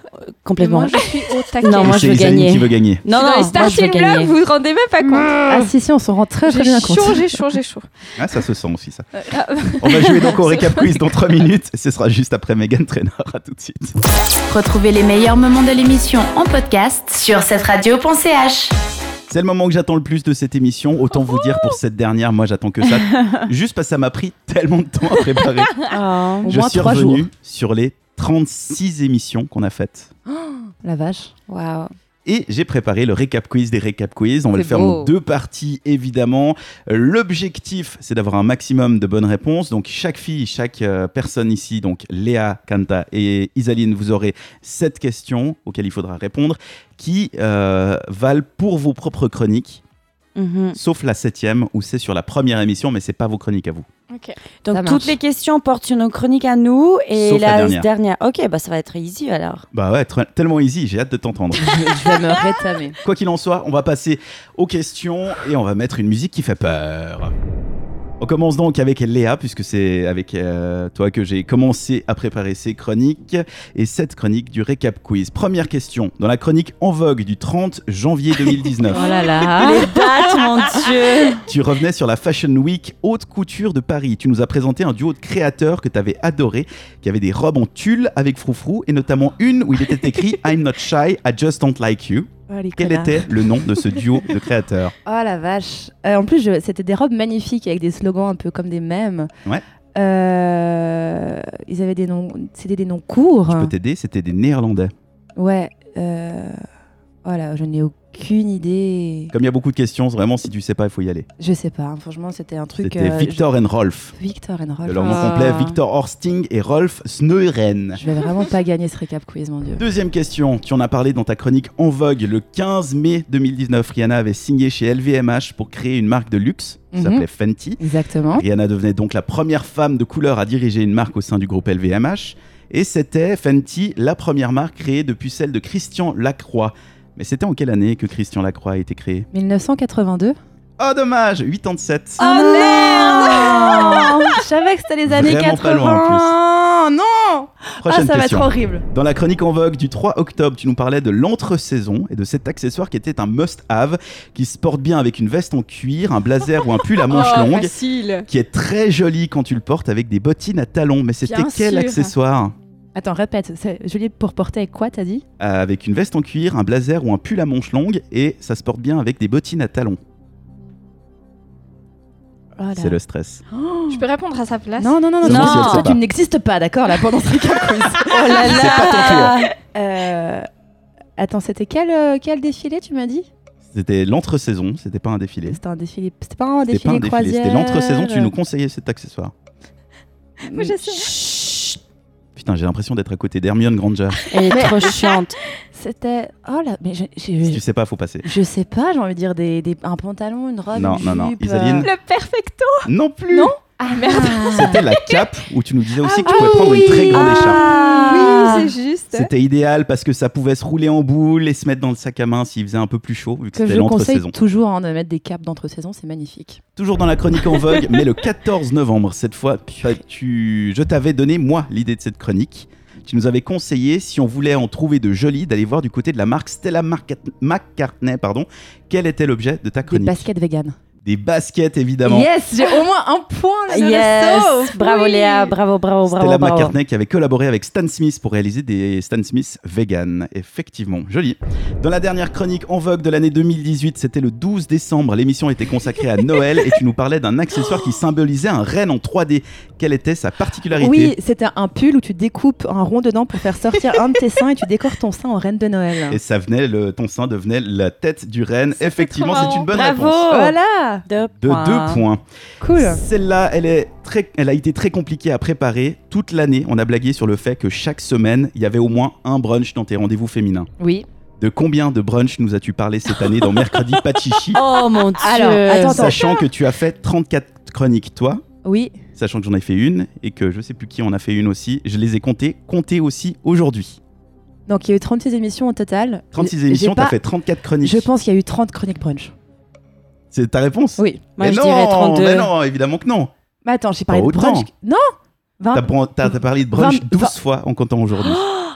Speaker 7: Complètement.
Speaker 6: Moi, je suis au taquet.
Speaker 7: Non,
Speaker 4: Et
Speaker 7: moi,
Speaker 4: c'est
Speaker 7: je veux
Speaker 4: Isaline
Speaker 7: gagner.
Speaker 4: qui veut gagner.
Speaker 6: non, dans les
Speaker 7: moi, je veux
Speaker 6: starting blocks,
Speaker 7: gagner.
Speaker 6: vous vous rendez même pas compte.
Speaker 5: Ah si, si, on s'en rend très très bien
Speaker 6: J'ai
Speaker 5: compte.
Speaker 6: chaud, j'ai chaud, j'ai chaud.
Speaker 4: Ah, ça se sent aussi, ça.
Speaker 6: Euh, ah,
Speaker 4: On va jouer donc au récap quiz dans 3 minutes. Et ce sera juste après Megan Trainor. À tout de suite.
Speaker 3: Retrouvez les meilleurs moments de l'émission en podcast sur cette radio.ch.
Speaker 4: C'est le moment que j'attends le plus de cette émission. Autant vous dire pour cette dernière, moi j'attends que ça. Juste parce que ça m'a pris tellement de temps à préparer.
Speaker 7: Ah.
Speaker 5: Au
Speaker 4: Je
Speaker 5: moins
Speaker 4: suis
Speaker 5: trois
Speaker 4: revenu
Speaker 5: jours.
Speaker 4: sur les 36 émissions qu'on a faites.
Speaker 5: La vache.
Speaker 7: Waouh.
Speaker 4: Et j'ai préparé le récap quiz des récap quiz. On va le
Speaker 7: C'est
Speaker 4: faire
Speaker 7: beau.
Speaker 4: en deux parties, évidemment. Euh, L'objectif, c'est d'avoir un maximum de bonnes réponses. Donc, chaque fille, chaque euh, personne ici, donc Léa, Kanta et Isaline, vous aurez sept questions auxquelles il faudra répondre qui euh, valent pour vos propres chroniques,
Speaker 7: Mhm.
Speaker 4: sauf la septième où c'est sur la première émission, mais c'est pas vos chroniques à vous.
Speaker 5: Ça
Speaker 7: Donc
Speaker 5: marche.
Speaker 7: toutes les questions portent sur nos chroniques à nous et
Speaker 4: Sauf la dernière.
Speaker 7: Ok, bah ça va être easy alors.
Speaker 4: Bah ouais, tr- tellement easy, j'ai hâte de t'entendre.
Speaker 5: Je vais me rétamer.
Speaker 4: Quoi qu'il en soit, on va passer aux questions et on va mettre une musique qui fait peur. On commence donc avec Léa, puisque c'est avec euh, toi que j'ai commencé à préparer ces chroniques et cette chronique du récap quiz. Première question, dans la chronique en vogue du 30 janvier 2019,
Speaker 5: Oh là là.
Speaker 7: Date, mon dieu.
Speaker 4: tu revenais sur la Fashion Week haute couture de Paris. Tu nous as présenté un duo de créateurs que tu avais adoré, qui avait des robes en tulle avec froufrou et notamment une où il était écrit I'm not shy, I just don't like you. Quel était le nom de ce duo de créateurs
Speaker 5: Oh la vache. Euh, en plus, je- c'était des robes magnifiques avec des slogans un peu comme des mèmes.
Speaker 4: Ouais.
Speaker 5: Euh, ils avaient des noms, c'était des noms courts.
Speaker 4: Je peux t'aider, c'était des Néerlandais.
Speaker 5: Ouais. Euh... Voilà, je n'ai aucune idée.
Speaker 4: Comme il y a beaucoup de questions, vraiment, si tu sais pas, il faut y aller.
Speaker 5: Je sais pas. hein, franchement, c'était un truc.
Speaker 4: C'était
Speaker 5: euh,
Speaker 4: Victor and Rolf.
Speaker 5: je- Victor Oh, and
Speaker 4: De
Speaker 5: Rolf.
Speaker 4: leur nom
Speaker 7: Ah.
Speaker 4: complet, Victor Horsting et Rolf Sneuren.
Speaker 5: Je vais vraiment pas gagner ce récap quiz, mon dieu.
Speaker 4: Deuxième question, tu en as parlé dans ta chronique En Vogue le 15 mai 2019. Rihanna avait signé chez LVMH pour créer une marque de luxe qui
Speaker 5: Mhm.
Speaker 4: s'appelait Fenty.
Speaker 5: Exactement.
Speaker 4: Rihanna devenait donc la première femme de couleur à diriger une marque au sein du groupe LVMH. Et c'était Fenty, la première marque créée depuis celle de Christian Lacroix. Mais c'était en quelle année que Christian Lacroix a été créé
Speaker 5: 1982.
Speaker 4: Oh dommage 87
Speaker 5: Oh merde Je savais que c'était les années
Speaker 4: Vraiment
Speaker 5: 80.
Speaker 4: pas loin, en plus.
Speaker 5: Non Ah,
Speaker 4: Prochaine
Speaker 5: ça va
Speaker 4: question.
Speaker 5: être horrible.
Speaker 4: Dans la chronique en vogue du 3 octobre, tu nous parlais de l'entre-saison et de cet accessoire qui était un must-have, qui se porte bien avec une veste en cuir, un blazer ou un pull à manches
Speaker 6: oh,
Speaker 4: longues,
Speaker 6: facile.
Speaker 4: qui est très joli quand tu le portes avec des bottines à talons. Mais c'était
Speaker 6: Bien
Speaker 4: quel
Speaker 6: sûr.
Speaker 4: accessoire
Speaker 5: Attends, répète. c'est- Je l'ai pour porter avec quoi, t'as dit
Speaker 4: Euh, Avec une veste en cuir, un blazer ou un pull à manches longues, et ça se porte bien avec des bottines à talons.
Speaker 5: Oh là.
Speaker 4: C'est le stress.
Speaker 5: Oh.
Speaker 6: Je peux répondre à sa place
Speaker 5: Non, non, non, non,
Speaker 4: Non, si elle sait
Speaker 5: toi
Speaker 4: pas.
Speaker 5: tu n'existes pas, d'accord, là, pendant ce récap quiz.
Speaker 7: Oh là
Speaker 4: C'est pas ton tour.
Speaker 7: là.
Speaker 5: Euh, Attends, c'était quel, euh, quel défilé, tu m'as dit
Speaker 4: C'était l'entre-saison, c'était pas un défilé.
Speaker 5: C'était un défilé, c'était pas un
Speaker 4: C'était pas
Speaker 5: défilé
Speaker 4: un défilé,
Speaker 5: croisière. euh,
Speaker 4: c'était l'entre-saison, tu nous conseillais cet accessoire.
Speaker 6: Moi, je sais.
Speaker 7: Chut.
Speaker 4: Putain, j'ai l'impression d'être à côté d'Hermione Granger.
Speaker 5: Ah
Speaker 7: Elle est trop chiante.
Speaker 5: C'était... Oh là, mais je,
Speaker 4: si
Speaker 5: je,
Speaker 4: tu sais pas, faut passer.
Speaker 5: je sais pas, j'ai envie de dire des, des- un pantalon, une robe,
Speaker 4: Non,
Speaker 5: une
Speaker 4: non, non,
Speaker 5: jupe, euh,
Speaker 4: Isaline.
Speaker 6: Le perfecto.
Speaker 4: Non plus
Speaker 6: Non Ah merde.
Speaker 4: C'était la cape où tu nous disais aussi
Speaker 6: Ah
Speaker 4: que tu pouvais prendre une très grande écharpe.
Speaker 7: Ah.
Speaker 6: Oui, c'est juste.
Speaker 4: C'était idéal parce que ça pouvait se rouler en boule et se mettre dans le sac à main s'il faisait un peu plus chaud, vu que
Speaker 5: Que
Speaker 4: c'était
Speaker 5: je
Speaker 4: l'entre-saison.
Speaker 5: conseille toujours hein, de mettre des capes d'entre-saison, c'est magnifique.
Speaker 4: Toujours dans la chronique en vogue, mais le 14 novembre, cette fois, tu, tu- je t'avais donné, moi, l'idée de cette chronique. Tu nous avais conseillé, si on voulait en trouver de jolies, d'aller voir du côté de la marque Stella Marca- McCartney, pardon, quel était l'objet de ta
Speaker 5: Des
Speaker 4: chronique
Speaker 5: baskets vegan.
Speaker 4: Des baskets, évidemment.
Speaker 5: Yes, j'ai au moins un point, je le sauve.
Speaker 7: Yes. Bravo
Speaker 5: Oui.
Speaker 7: Léa. Bravo, bravo, bravo,
Speaker 4: Stella
Speaker 7: bravo.
Speaker 4: McCartney qui avait collaboré avec Stan Smith pour réaliser des Stan Smith vegan. Effectivement, joli. Dans la dernière chronique en vogue de l'année 2018, c'était le 12 décembre. L'émission était consacrée à Noël et tu nous parlais d'un accessoire qui symbolisait un renne en 3D. Quelle était sa particularité
Speaker 5: Oui, c'était un pull où tu découpes un rond dedans pour faire sortir un de tes seins et tu décores ton sein en reine de Noël.
Speaker 4: Et ça venait, le, ton sein devenait la tête du renne. Effectivement,
Speaker 6: trop
Speaker 4: c'est une bonne
Speaker 7: Bravo.
Speaker 4: réponse.
Speaker 5: Voilà,
Speaker 7: Oh. Deux
Speaker 4: De
Speaker 7: points.
Speaker 4: deux points.
Speaker 5: cool.
Speaker 4: Celle-là, elle, est très- elle a été très compliquée à préparer. Toute l'année, on a blagué sur le fait que chaque semaine, il y avait au moins un brunch dans tes rendez-vous féminins.
Speaker 5: Oui.
Speaker 4: De combien de brunch nous as-tu parlé cette année dans Mercredi Pachichi
Speaker 7: Oh mon dieu.
Speaker 5: Alors, attends, attends.
Speaker 4: Sachant que tu as fait 34 chroniques, toi,
Speaker 5: Oui.
Speaker 4: sachant que j'en ai fait une et que je sais plus qui en a fait une aussi, je les ai comptées, comptées aussi aujourd'hui.
Speaker 5: Donc il y a eu 36 émissions au total.
Speaker 4: 36
Speaker 5: J'ai
Speaker 4: émissions,
Speaker 5: pas-
Speaker 4: t'as fait 34 chroniques.
Speaker 5: Je pense qu'il y a eu 30 chroniques brunch.
Speaker 4: C'est ta réponse
Speaker 5: Oui.
Speaker 7: Moi
Speaker 4: Mais
Speaker 7: je
Speaker 4: non,
Speaker 7: dirais 32.
Speaker 4: mais non, évidemment que non.
Speaker 5: Mais attends, j'ai parlé
Speaker 4: Pas
Speaker 5: de brunch.
Speaker 4: autant.
Speaker 5: Non Vingt-
Speaker 4: T'as bran- T'as t'as parlé de brunch
Speaker 5: Hein vingt-
Speaker 4: 12
Speaker 5: vingt-
Speaker 4: fois en comptant aujourd'hui.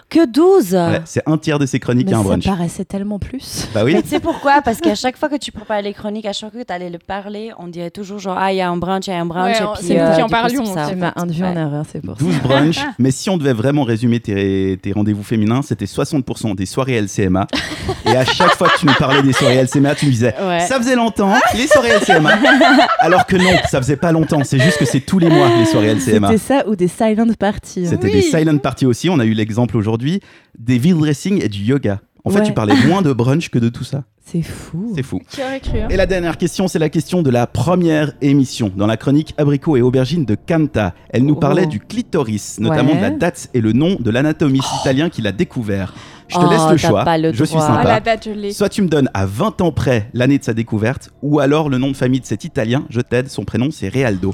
Speaker 7: Que 12
Speaker 4: Ouais, c'est un tiers de ses chroniques
Speaker 5: Mais
Speaker 4: à un
Speaker 5: ça me
Speaker 4: brunch.
Speaker 5: paraissait tellement plus.
Speaker 4: Bah oui.
Speaker 7: Mais tu sais pourquoi Parce qu'à chaque fois que tu préparais les chroniques, à chaque fois que tu allais le parler, on dirait toujours genre Ah, il y a un brunch, il y a un brunch.
Speaker 6: Ouais,
Speaker 7: et
Speaker 6: on-
Speaker 7: puis,
Speaker 6: c'est nous
Speaker 7: euh,
Speaker 6: qui en
Speaker 7: du coup, c'est
Speaker 6: parlions,
Speaker 7: pour ça,
Speaker 6: en
Speaker 5: Tu
Speaker 7: fait.
Speaker 5: m'as induit en
Speaker 7: Ouais.
Speaker 5: erreur, c'est pour ça.
Speaker 4: 12 brunchs, mais si on devait vraiment résumer tes, tes rendez-vous féminins, c'était 60% des soirées LCMA. Et à chaque fois que tu nous parlais des soirées LCMA, tu me disais
Speaker 7: Ouais.
Speaker 4: Ça faisait longtemps, les soirées LCMA. Alors que non, ça faisait pas longtemps, c'est juste que c'est tous les mois les soirées LCMA.
Speaker 5: C'était ça ou des silent parties. hein.
Speaker 4: C'était
Speaker 6: Oui.
Speaker 4: des silent parties aussi, on a eu l'exemple aujourd'hui, des wheel dressing et du yoga. En fait,
Speaker 5: Ouais.
Speaker 4: tu parlais moins de brunch que de tout ça.
Speaker 5: C'est fou.
Speaker 4: C'est fou.
Speaker 6: Qui aurait cru hein
Speaker 4: Et la dernière question, c'est la question de la première émission. Dans la chronique Abricot et Aubergine de Canta, elle nous parlait
Speaker 5: Oh.
Speaker 4: du clitoris, notamment
Speaker 5: Ouais.
Speaker 4: de la date et le nom de l'anatomiste italien qui l'a découvert. Je te
Speaker 7: Oh,
Speaker 4: laisse le
Speaker 7: t'as
Speaker 4: choix.
Speaker 7: pas le
Speaker 4: je suis
Speaker 7: droit.
Speaker 6: Ah,
Speaker 4: sympa.
Speaker 6: la date, je l'ai.
Speaker 4: Soit tu me donnes à 20 ans près l'année de sa découverte, ou alors le nom de famille de cet Italien, je t'aide, son prénom c'est Realdo.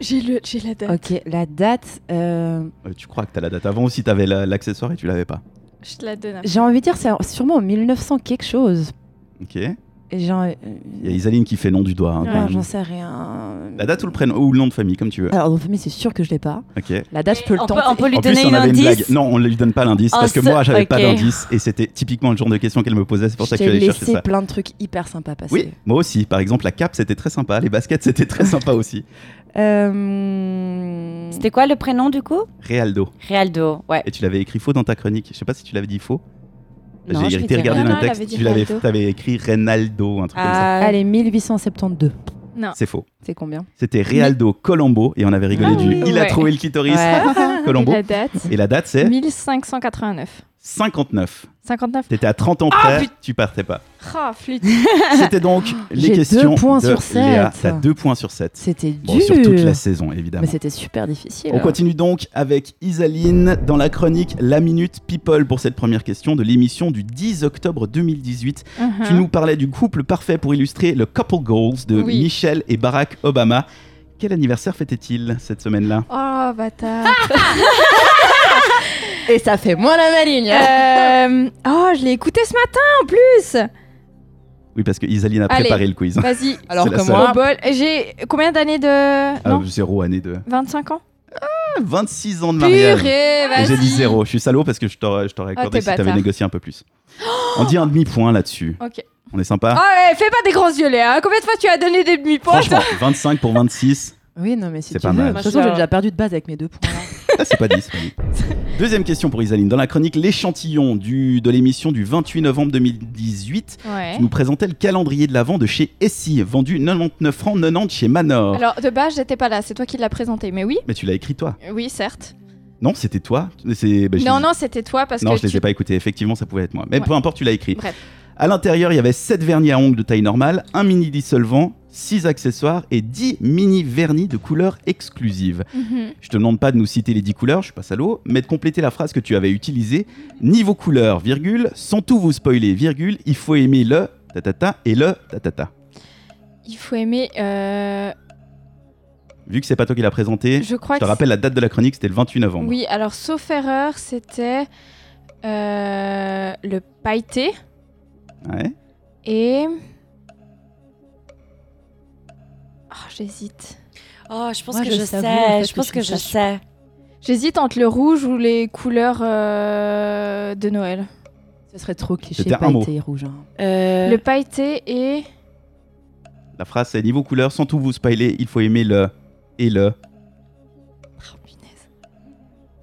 Speaker 6: J'ai le- j'ai la date.
Speaker 5: Ok, la date, euh,
Speaker 4: Euh, tu crois que t'as la date avant aussi, t'avais la- l'accessoire et tu l'avais pas.
Speaker 6: Je te la donne. après.
Speaker 5: j'ai envie de dire, c'est sûrement en 1900 quelque chose.
Speaker 4: Ok. Il
Speaker 5: Et Genre, euh,
Speaker 4: y a Isaline qui fait nom du doigt. hein,
Speaker 6: Ouais,
Speaker 4: quand
Speaker 5: alors,
Speaker 4: même.
Speaker 5: j'en sais rien.
Speaker 4: La date ou le prénom ou le nom de famille, comme tu veux.
Speaker 5: Alors, dans famille, c'est sûr que je l'ai pas.
Speaker 4: Ok.
Speaker 5: La date, je peux le
Speaker 7: On peut,
Speaker 5: tenter.
Speaker 7: on peut lui
Speaker 4: en plus,
Speaker 7: donner
Speaker 4: on
Speaker 7: une
Speaker 4: avait une blague.
Speaker 7: indice.
Speaker 4: Non, on lui donne pas l'indice
Speaker 7: Oh,
Speaker 4: parce que
Speaker 7: ça-
Speaker 4: moi, j'avais pas
Speaker 7: ok.
Speaker 4: d'indice et c'était typiquement le genre de question qu'elle me posait. C'est pour ça que
Speaker 5: je
Speaker 4: je
Speaker 5: t'ai
Speaker 4: suis allé
Speaker 5: laissé
Speaker 4: chercher ça.
Speaker 5: plein de trucs hyper sympas passer.
Speaker 4: Oui, moi aussi. Par exemple, la cape, c'était très sympa. Les baskets, c'était très sympa aussi.
Speaker 5: Euh,
Speaker 7: C'était quoi le prénom du coup
Speaker 4: Realdo.
Speaker 7: Realdo, ouais.
Speaker 4: Et tu l'avais écrit faux dans ta chronique. Je sais pas si tu l'avais dit faux.
Speaker 7: Non, je
Speaker 4: J'ai
Speaker 7: l'ai
Speaker 4: été
Speaker 7: dit
Speaker 4: regarder dans
Speaker 6: Ronaldo. Non,
Speaker 4: le
Speaker 6: elle
Speaker 4: texte.
Speaker 6: avait dit
Speaker 4: Tu l'avais,
Speaker 6: Ronaldo.
Speaker 4: t'avais écrit Ronaldo, un truc comme ça.
Speaker 7: Ah,
Speaker 5: Allez, 1872.
Speaker 6: Non.
Speaker 4: C'est faux.
Speaker 5: C'est combien
Speaker 4: C'était Realdo Colombo et on avait rigolé
Speaker 6: Ah
Speaker 4: du.
Speaker 6: oui.
Speaker 4: Il a
Speaker 6: Ouais.
Speaker 4: trouvé le clitoris.
Speaker 7: Ouais.
Speaker 4: Colombo.
Speaker 6: Et la date
Speaker 4: Et la date, c'est
Speaker 6: 1589.
Speaker 4: 59.
Speaker 6: 59
Speaker 4: T'étais à 30 ans près, tu partais pas.
Speaker 6: Ah, flûte
Speaker 4: C'était donc les
Speaker 5: J'ai deux
Speaker 4: questions
Speaker 5: points
Speaker 4: de
Speaker 5: sur sept.
Speaker 4: Léa. T'as deux points sur 7.
Speaker 5: C'était dur.
Speaker 4: Bon, sur toute la saison, évidemment.
Speaker 5: Mais c'était super difficile.
Speaker 4: On continue donc avec Isaline dans la chronique La Minute People pour cette première question de l'émission du 10 octobre 2018.
Speaker 6: Hein
Speaker 4: Tu nous parlais du couple parfait pour illustrer le Couple Goals de
Speaker 6: Oui.
Speaker 4: Michelle et Barack Obama. Quel anniversaire fêtait-il cette semaine-là
Speaker 6: Oh, bâtard
Speaker 5: Et ça fait moins la maligne.
Speaker 6: Euh, Oh, je l'ai écouté ce matin en plus
Speaker 4: Oui, parce que Isaline a
Speaker 6: Allez.
Speaker 4: préparé le quiz.
Speaker 6: Vas-y,
Speaker 4: Alors que
Speaker 6: au bol. J'ai combien d'années
Speaker 4: Ah,
Speaker 6: de. Non
Speaker 4: zéro année de...
Speaker 6: 25 ans
Speaker 4: 26 ans de mariage.
Speaker 6: Purée,
Speaker 4: Et
Speaker 6: vas-y
Speaker 4: J'ai dit zéro. Je suis salaud parce que je t'aurais je t'aurais
Speaker 6: Ah,
Speaker 4: accordé
Speaker 6: t'es
Speaker 4: si t'avais
Speaker 6: bâtard. Oh
Speaker 4: négocié un peu plus. On dit un demi-point là-dessus.
Speaker 6: Ok.
Speaker 4: On est sympa
Speaker 6: Oh, eh, fais pas des grands yeux, Léa hein. Combien de fois tu as donné des demi-points
Speaker 4: Franchement, 25 pour 26,
Speaker 5: Oui, non, mais si
Speaker 4: C'est
Speaker 5: tu
Speaker 4: pas
Speaker 5: veux.
Speaker 4: mal.
Speaker 5: De toute façon, j'ai déjà perdu de base avec mes deux points.
Speaker 4: Ah, c'est pas dit, c'est pas dit. Deuxième question pour Isaline. Dans la chronique L'échantillon du, de l'émission du 28 novembre 2018,
Speaker 6: Ouais.
Speaker 4: tu nous présentais le calendrier de l'Avent de chez Essie, vendu 99 francs 90 chez Manor.
Speaker 6: Alors, de base, j'étais pas là, c'est toi qui l'as présenté, mais oui
Speaker 4: Mais tu l'as écrit toi.
Speaker 6: Oui, certes.
Speaker 4: Non, c'était toi. C'est- ben, je
Speaker 6: non,
Speaker 4: les-
Speaker 6: non, c'était toi parce
Speaker 4: non,
Speaker 6: que.
Speaker 4: je les
Speaker 6: tu-
Speaker 4: ai pas écoutés. Effectivement, ça pouvait être moi. Mais
Speaker 6: Ouais.
Speaker 4: peu importe, tu l'as écrit.
Speaker 6: Bref.
Speaker 4: À l'intérieur, il y avait 7 vernis à ongles de taille normale, un mini dissolvant, 6 accessoires et 10 mini vernis de couleur exclusive.
Speaker 6: Mhm.
Speaker 4: Je te demande pas de nous citer les 10 couleurs, je suis pas salaud, mais de compléter la phrase que tu avais utilisée. Niveau couleur, virgule, sans tout vous spoiler, virgule, il faut aimer le tatata et le tatata.
Speaker 6: Il faut aimer. euh,
Speaker 4: Vu que c'est pas toi qui l'as présenté, je,
Speaker 6: Je crois
Speaker 4: te
Speaker 6: que.
Speaker 4: rappelle la date de la chronique, c'était le 28 novembre.
Speaker 6: Oui, alors sauf erreur, c'était euh, le pailleté
Speaker 4: Ouais.
Speaker 6: et. Oh, j'hésite.
Speaker 7: Oh, je pense
Speaker 5: Moi,
Speaker 7: que
Speaker 5: je
Speaker 7: je
Speaker 5: savoure, en
Speaker 7: sais.
Speaker 5: fait,
Speaker 7: Je pense
Speaker 5: que
Speaker 7: que
Speaker 5: je
Speaker 7: je
Speaker 5: me sache.
Speaker 7: sais.
Speaker 6: J'hésite entre le rouge ou les couleurs euh, de Noël.
Speaker 5: Ce serait trop cliché,
Speaker 4: C'était un
Speaker 5: pas
Speaker 4: mot.
Speaker 5: été rouge. hein.
Speaker 7: Euh,
Speaker 6: Le pailleté et.
Speaker 4: La phrase c'est niveau couleur, sans tout vous spoiler, il faut aimer le et le.
Speaker 6: Oh, punaise.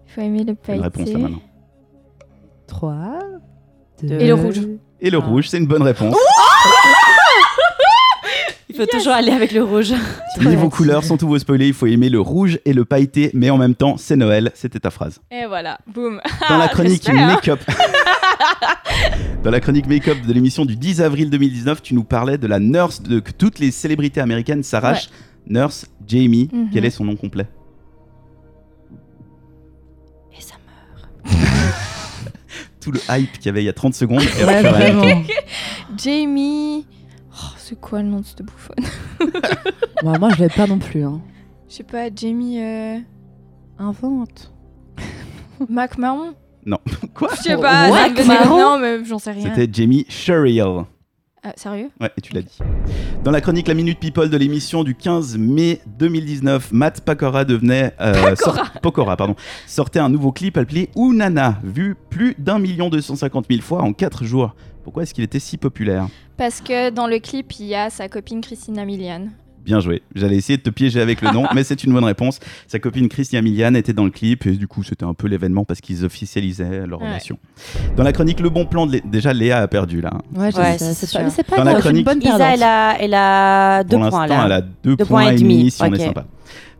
Speaker 6: Il faut aimer le
Speaker 4: Une
Speaker 6: pailleté.
Speaker 4: réponse là maintenant.
Speaker 5: 3,
Speaker 6: Et le rouge.
Speaker 4: Et le
Speaker 5: Ah.
Speaker 4: rouge, c'est une bonne réponse.
Speaker 7: Il faut toujours aller avec le rouge.
Speaker 4: niveau couleur, sans tout vous spoiler, il faut aimer le rouge et le pailleté, mais en même temps, c'est Noël, c'était ta phrase.
Speaker 6: Et voilà, boum.
Speaker 4: dans la chronique
Speaker 6: j'espère, hein.
Speaker 4: Make-up. Dans la chronique Make-up de l'émission du 10 avril 2019, tu nous parlais de la nurse de, que toutes les célébrités américaines s'arrachent. Nurse Jamie,
Speaker 6: Mhm.
Speaker 4: quel est son nom complet
Speaker 7: Et ça me-
Speaker 4: Tout le hype qu'il y avait il y a 30 secondes. est
Speaker 5: Ouais,
Speaker 4: revenu.
Speaker 5: vraiment.
Speaker 6: Jamie. Oh, c'est quoi le nom de cette bouffonne
Speaker 5: Ouais, Bah, moi, je l'ai pas non plus. hein.
Speaker 6: Je sais pas, Jamie. euh,
Speaker 5: Invente.
Speaker 6: McMahon Oh,
Speaker 4: Quoi
Speaker 6: Je sais pas,
Speaker 5: What
Speaker 6: ça me faisait-
Speaker 5: Marron
Speaker 6: non, mais j'en sais rien.
Speaker 4: C'était Jamie Sherrill.
Speaker 6: Euh, sérieux
Speaker 4: Ouais, et tu l'as dit. Dans la chronique La Minute People de l'émission du 15 mai 2019, Matt Pacora devenait. euh, sort- Pokora, pardon. Sortait un nouveau clip appelé Unana, vu plus d'un million deux cent cinquante mille fois en quatre jours. Pourquoi est-ce qu'il était si populaire
Speaker 6: Parce que dans le clip, il y a sa copine Christina Milian.
Speaker 4: Bien joué. J'allais essayer de te piéger avec le nom, mais c'est une bonne réponse. Sa copine Christian Milian était dans le clip et du coup, c'était un peu l'événement parce qu'ils officialisaient leur
Speaker 6: Ouais.
Speaker 4: relation. Dans la chronique Le Bon Plan, de Lé- déjà Léa a perdu là. hein.
Speaker 5: Ouais, je
Speaker 7: Ouais, c'est
Speaker 5: sais, c'est
Speaker 7: sûr.
Speaker 5: pas, mais c'est pas
Speaker 4: Dans la
Speaker 5: grave, je suis une
Speaker 4: chronique-
Speaker 5: bonne
Speaker 7: Isa,
Speaker 5: perdante.
Speaker 7: elle a, elle a deux
Speaker 4: Pour
Speaker 7: points
Speaker 4: l'instant,
Speaker 7: là.
Speaker 4: elle a deux
Speaker 7: Deux
Speaker 4: points, et demi si on
Speaker 7: ok.
Speaker 4: est sympa.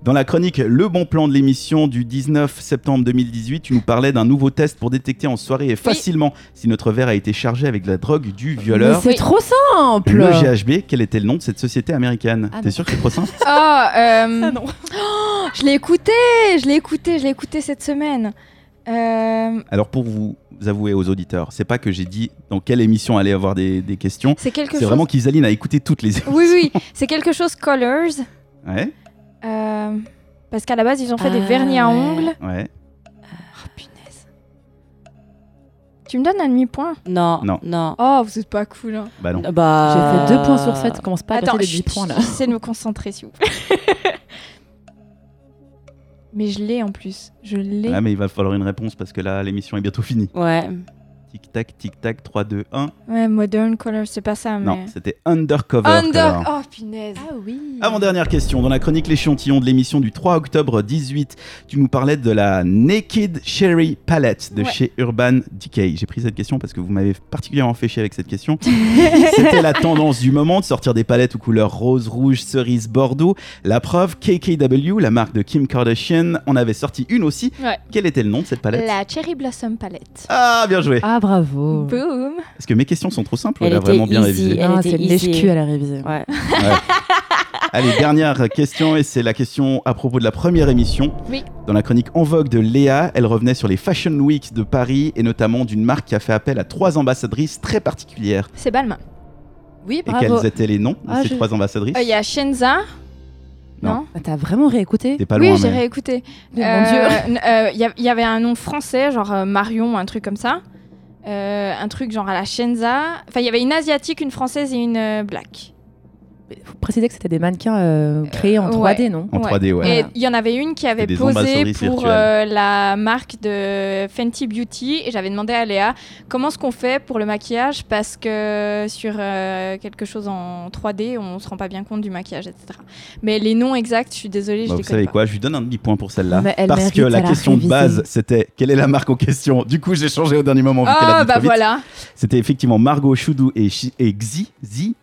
Speaker 4: Dans la chronique Le Bon Plan de l'émission du 19 septembre 2018, tu nous parlais d'un nouveau test pour détecter en soirée et facilement si notre verre a été chargé avec de la drogue du
Speaker 5: Mais
Speaker 4: violeur.
Speaker 5: c'est
Speaker 6: Oui.
Speaker 5: trop simple
Speaker 4: Le GHB, quel était le nom de cette société américaine
Speaker 5: Ah non.
Speaker 4: T'es sûr que c'est trop simple
Speaker 6: Oh, euh,
Speaker 5: Ah non.
Speaker 6: oh, je l'ai écouté, je l'ai écouté, je l'ai écouté cette semaine. Euh,
Speaker 4: Alors pour vous avouer aux auditeurs, c'est pas que j'ai dit dans quelle émission allait avoir des, des questions.
Speaker 6: c'est quelque
Speaker 4: C'est
Speaker 6: chose.
Speaker 4: vraiment qu'Isaline a écouté toutes les émissions.
Speaker 6: Oui, oui, c'est quelque chose Colors.
Speaker 4: Ouais,
Speaker 6: euh, parce qu'à la base, ils ont fait des
Speaker 7: Ah,
Speaker 6: vernis à
Speaker 7: ouais.
Speaker 6: ongles.
Speaker 4: ouais.
Speaker 6: Oh punaise. Tu me donnes un demi-point
Speaker 7: Non,
Speaker 4: Non.
Speaker 7: non.
Speaker 6: Oh, vous êtes pas cool. Hein.
Speaker 4: Bah non.
Speaker 7: Bah,
Speaker 5: J'ai fait deux points sur
Speaker 7: Euh,
Speaker 5: 7, commence pas à
Speaker 6: Attends,
Speaker 5: compter les
Speaker 6: chut,
Speaker 5: 10 points là.
Speaker 6: chut, j'essaie de me concentrer, s'il vous plaît. Mais je l'ai en plus. Je l'ai.
Speaker 4: Ah, mais il va falloir une réponse parce que là l'émission est bientôt finie.
Speaker 7: Ouais.
Speaker 4: Tic tac, tic tac, 3, 2, 1.
Speaker 6: Ouais, Modern Colors, c'est pas ça, mais.
Speaker 4: Non, c'était Undercover.
Speaker 6: Under.
Speaker 4: Color.
Speaker 6: Oh punaise.
Speaker 5: Ah oui
Speaker 4: Avant-dernière question, dans la chronique L'échantillon de l'émission du 3 octobre 18, tu nous parlais de la Naked Cherry Palette de
Speaker 6: Ouais.
Speaker 4: chez Urban Decay. J'ai pris cette question parce que vous m'avez particulièrement fait chier avec cette question. C'était la tendance du moment de sortir des palettes aux couleurs rose, rouge, cerise, bordeaux. La preuve, KKW, la marque de Kim Kardashian, en avait sorti une aussi.
Speaker 6: Ouais.
Speaker 4: Quel était le nom de cette palette
Speaker 6: La Cherry Blossom Palette.
Speaker 4: Ah, bien joué
Speaker 5: Ah
Speaker 6: Oh.
Speaker 5: bravo
Speaker 6: Boom.
Speaker 4: Est-ce que mes questions sont trop simples ou
Speaker 7: Elle
Speaker 4: elle a
Speaker 7: était
Speaker 4: vraiment bien
Speaker 7: easy.
Speaker 4: révisé
Speaker 7: Elle
Speaker 5: Ah,
Speaker 7: était
Speaker 5: c'est le
Speaker 7: easy.
Speaker 5: lèche-cul à la réviser.
Speaker 7: Ouais.
Speaker 4: Allez, dernière question, et c'est la question à propos de la première émission.
Speaker 6: Oui.
Speaker 4: Dans la chronique En Vogue de Léa, elle revenait sur les Fashion Week de Paris, et notamment d'une marque qui a fait appel à trois ambassadrices très particulières.
Speaker 6: C'est Balmain.
Speaker 5: Oui,
Speaker 4: Et
Speaker 5: bravo
Speaker 4: quels étaient les noms de
Speaker 5: Ah,
Speaker 4: ces
Speaker 5: je-
Speaker 4: trois ambassadrices
Speaker 6: Euh, Il y a Shenza.
Speaker 4: Non.
Speaker 5: Ah, T'as vraiment réécouté
Speaker 4: T'es pas
Speaker 6: oui,
Speaker 4: loin,
Speaker 6: j'ai
Speaker 4: mais-
Speaker 6: réécouté.
Speaker 5: Mais
Speaker 6: Euh,
Speaker 5: Oh Mon dieu
Speaker 6: n- euh, Il y, a- il y avait un nom français, genre euh, Marion, un truc comme ça. Euh, un truc genre à la Shenza. Enfin, il y avait une asiatique, une française et une euh, black.
Speaker 5: Faut préciser que c'était des mannequins euh, créés en
Speaker 6: ouais.
Speaker 5: 3D, non
Speaker 4: En
Speaker 6: Ouais.
Speaker 4: 3D, ouais. Bah,
Speaker 6: Et
Speaker 5: Voilà.
Speaker 6: il y en avait une qui avait
Speaker 4: des
Speaker 6: posé
Speaker 4: ambassadrices
Speaker 6: pour
Speaker 4: virtuelles.
Speaker 6: euh, la marque de Fenty Beauty et j'avais demandé à Léa comment est-ce qu'on fait pour le maquillage parce que sur euh, quelque chose en 3D on se rend pas bien compte du maquillage etc. Mais les noms exacts, je suis désolée,
Speaker 4: Bah,
Speaker 6: je les
Speaker 4: vous savez
Speaker 6: connais pas.
Speaker 4: quoi, je lui donne un demi-point pour celle-là.
Speaker 5: Mais elle
Speaker 4: Parce
Speaker 5: mérite,
Speaker 4: que la
Speaker 5: elle a
Speaker 4: question de
Speaker 5: révisé.
Speaker 4: base, c'était quelle est la marque en question Du coup, j'ai changé au dernier moment. vu qu'elle a
Speaker 6: Ah
Speaker 4: dit
Speaker 6: bah
Speaker 4: trop vite.
Speaker 6: voilà.
Speaker 4: C'était effectivement Margot Choudou et, Chi- et Xi, Xi,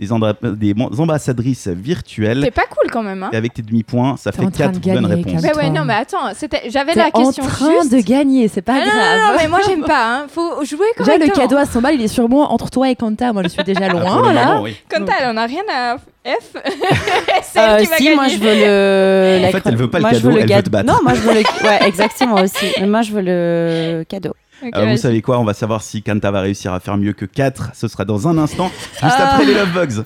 Speaker 4: des, andra- des man- ambassadrices virtuelles.
Speaker 6: C'est pas cool quand même hein.
Speaker 4: Et avec tes demi-points, ça
Speaker 5: T'es
Speaker 4: fait
Speaker 5: en train
Speaker 4: 4
Speaker 5: de gagner,
Speaker 4: bonnes réponses.
Speaker 5: Calme-toi.
Speaker 6: Mais ouais non mais attends, c'était j'avais
Speaker 5: T'es
Speaker 6: la
Speaker 5: en
Speaker 6: question
Speaker 5: train
Speaker 6: juste.
Speaker 5: de gagner, c'est pas
Speaker 6: Ah, non,
Speaker 5: grave
Speaker 6: non, non, mais moi j'aime pas hein. Faut jouer
Speaker 5: Déjà,
Speaker 6: correctement.
Speaker 5: le cadeau à 100 balles, il est sur moi, entre toi et Kanta. Moi, je suis déjà
Speaker 4: Ah, pour
Speaker 5: loin,
Speaker 4: le
Speaker 5: là.
Speaker 4: moment, oui.
Speaker 6: Quentin, elle en a rien à F. C'est
Speaker 7: Euh,
Speaker 6: elle qui va
Speaker 7: si,
Speaker 6: gagner.
Speaker 7: moi je veux le.
Speaker 4: fait,
Speaker 7: la chronique.
Speaker 4: elle veut pas le
Speaker 7: Moi, je
Speaker 4: cadeau, elle veut
Speaker 7: gad-
Speaker 4: te battre.
Speaker 7: Non, moi je veux le. Ouais, exactement aussi. Mais moi je veux le cadeau.
Speaker 6: Ok,
Speaker 4: Alors, Ah, vous
Speaker 6: vas-y.
Speaker 4: savez quoi On va savoir si Kanta va réussir à faire mieux que 4. Ce sera dans un instant, juste après les Love Bugs.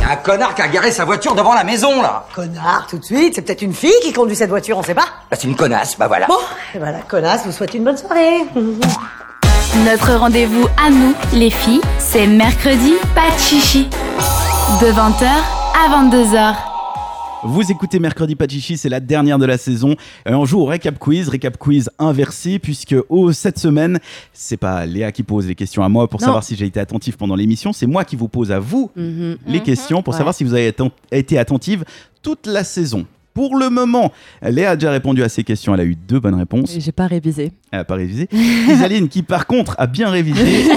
Speaker 2: Y a un connard qui a garé sa voiture devant la maison, là
Speaker 1: Connard, tout de suite, c'est peut-être une fille qui conduit cette voiture, on sait pas.
Speaker 2: Bah, c'est une connasse, bah voilà.
Speaker 1: Bon, et ben la connasse vous souhaite une bonne soirée.
Speaker 3: Notre rendez-vous à nous, les filles, c'est mercredi, pas de chichi. De 20h à 22h.
Speaker 4: Vous écoutez Mercredi Pachichi, c'est la dernière de la saison. Et on joue au récap quiz, récap quiz inversé, puisque oh, cette semaine, c'est pas Léa qui pose les questions à moi pour
Speaker 5: Non.
Speaker 4: savoir si j'ai été attentif pendant l'émission, c'est moi qui vous pose à vous
Speaker 7: Mhm.
Speaker 4: les
Speaker 6: Mhm.
Speaker 4: questions pour
Speaker 7: Ouais.
Speaker 4: savoir si vous avez atten- été attentive toute la saison. Pour le moment, Léa a déjà répondu à ces questions, elle a eu deux bonnes réponses.
Speaker 5: Et J'ai pas révisé.
Speaker 4: Elle n'a pas révisé. Isaline, qui par contre a bien révisé,